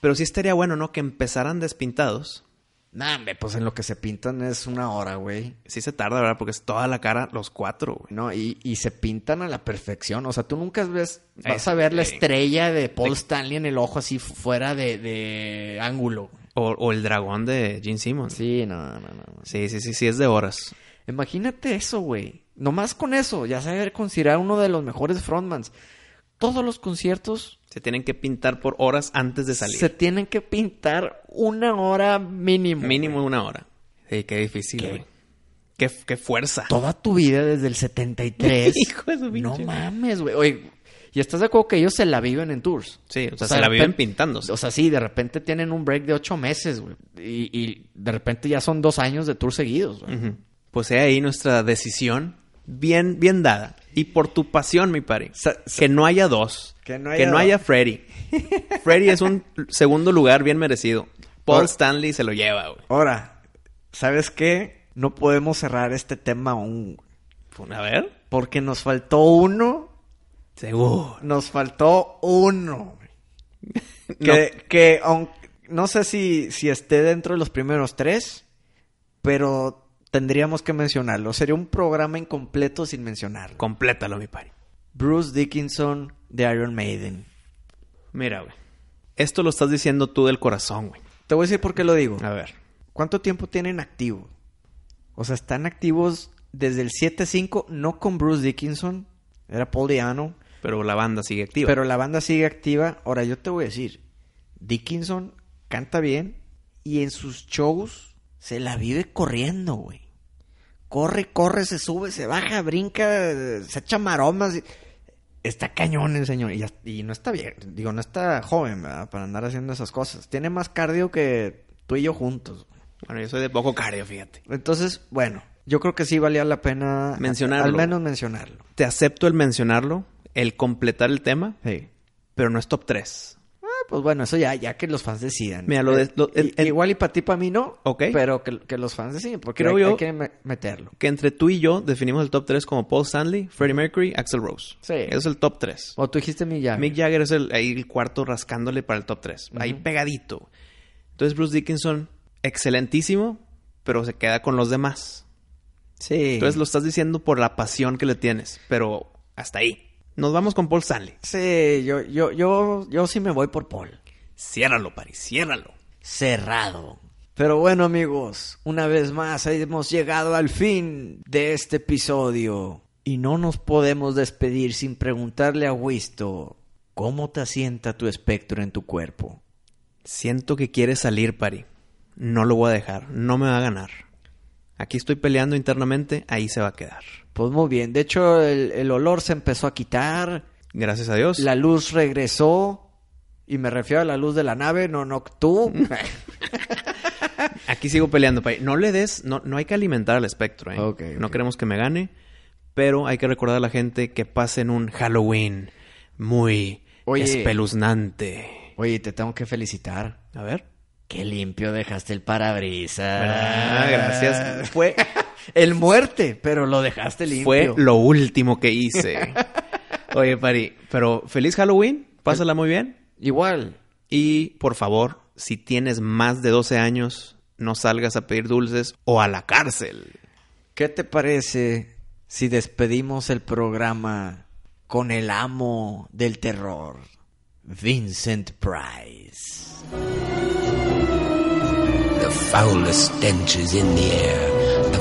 C: pero sí estaría bueno, ¿no? Que empezaran despintados.
B: Nah, hombre, pues en lo que se pintan es una hora, güey.
C: Sí se tarda, ¿verdad? Porque es toda la cara, los cuatro, güey.
B: No, y, y se pintan a la perfección. O sea, tú nunca ves, vas
C: Es-
B: a ver la
C: sí.
B: estrella Este, de Paul
C: De-
B: Stanley en el ojo así fu- fuera de, de ángulo.
C: O, o el dragón de Gene Simmons.
B: Sí, no, no, no. no.
C: Sí, sí, sí, sí, es de horas.
B: Imagínate eso, güey. Nomás con eso, ya saber considerar uno de los mejores frontmans. Todos los conciertos
C: Se tienen que pintar por horas antes de salir.
B: se tienen que pintar una hora mínimo.
C: Mínimo una hora. Sí, qué difícil, güey. Qué, f- qué fuerza.
B: Toda tu vida desde el 73.
C: Hijo de su
B: no
C: pinche-
B: mames, güey. Oye, ¿y estás de acuerdo que ellos se la viven en tours?
C: Sí, o sea,
B: sea,
C: se la
B: de
C: viven
B: repen-
C: pintándose.
B: O sea, sí, de repente tienen un break de ocho meses, güey. Y, y de repente ya son dos años de tours seguidos, güey.
C: Ujú. Pues he ahí nuestra decisión bien, bien dada. Y por tu pasión, mi pari. que no haya dos.
B: Que no haya dos.
C: Freddy. Freddy es un segundo lugar bien merecido. Paul
B: Ahora-
C: Stanley se lo lleva, güey.
B: Ahora, ¿sabes qué? No podemos cerrar este tema aún. güey.
C: Pues, A ver.
B: Porque nos faltó uno.
C: Seguro.
B: Nos faltó uno. güey. Que, que aun- no sé si, si esté dentro de los primeros tres, pero tendríamos que mencionarlo. Sería un programa incompleto sin mencionarlo.
C: Complétalo, mi pari.
B: Bruce Dickinson de Iron Maiden.
C: Mira, güey. Esto lo estás diciendo tú del corazón, güey.
B: Te voy a decir por qué lo digo.
C: A ver.
B: ¿Cuánto tiempo tienen activo? O sea, están activos desde el 7-5, no con Bruce Dickinson, era Paul Diano,
C: Pero la banda sigue activa.
B: pero la banda sigue activa. Ahora, yo te voy a decir, Dickinson canta bien y en sus shows se la vive corriendo, güey. Corre, corre, se sube, se baja, brinca, se echa maromas. y- Está cañón el señor. Y, ya- y no está bien, digo, no está joven, ¿verdad? Para andar haciendo esas cosas. Tiene más cardio que tú y yo juntos.
C: Bueno, yo soy de poco cardio, fíjate.
B: Entonces, bueno, yo creo que sí valía la pena
C: Mencionarlo.
B: Al menos mencionarlo.
C: Te acepto el mencionarlo, el completar el tema,
B: Sí.
C: pero no es top 3.
B: Ah, pues bueno, eso ya, ya que los fans decidan.
C: Mira, lo de- lo- el-
B: I-
C: el-
B: igual Eh, y para ti, para mí no.
C: Ok.
B: Pero que, que los fans deciden, porque
C: Creo
B: hay,
C: yo-
B: hay que me- meterlo.
C: Que entre tú y yo definimos el top 3 como Paul Stanley, Freddie Mercury, Axel Rose.
B: Sí.
C: Ese es el top 3.
B: O tú dijiste mi ya.
C: Mick Jagger es el, ahí el cuarto rascándole para el top 3. Ahí pegadito. Entonces Bruce Dickinson, excelentísimo, pero se queda con los demás.
B: Sí.
C: Entonces lo estás diciendo por la pasión que le tienes, pero hasta ahí. Nos vamos con Paul Stanley.
B: Sí, yo, yo, yo, yo sí me voy por Paul.
C: Ciérralo, Paris, ciérralo.
B: Cerrado. Pero bueno, amigos, una vez más hemos llegado al fin de este episodio. Y no nos podemos despedir sin preguntarle a Wisto cómo te asienta tu espectro en tu cuerpo.
C: Siento que quiere salir, Pari. No lo voy a dejar. No me va a ganar. Aquí estoy peleando internamente. Ahí se va a quedar.
B: Pues muy bien, de hecho el, el olor se empezó a quitar,
C: Gracias a Dios.
B: la luz regresó, y me refiero a la luz de la nave, no, no, tú.
C: Aquí sigo peleando, Pari. No le des... No, no hay que alimentar al espectro, ¿eh?
B: Ok,
C: No
B: ok.
C: queremos que me gane. Pero hay que recordar a la gente que pasen un Halloween muy
B: Oye.
C: espeluznante.
B: Oye, te tengo que felicitar.
C: A ver.
B: Qué limpio dejaste el parabrisas.
C: Ah, gracias.
B: Fue el muerte, pero lo dejaste limpio.
C: Fue lo último que hice. Oye, Pari. Pero feliz Halloween. Pásala muy bien.
B: Igual.
C: Y por favor, si tienes más de 12 años, no salgas a pedir dulces o a la cárcel.
B: ¿Qué te parece si despedimos el programa con el amo del terror, Vincent Price?
O: The foulest stench is in the air, the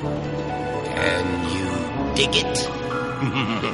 O: Can you dig it?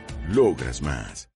P: logras más.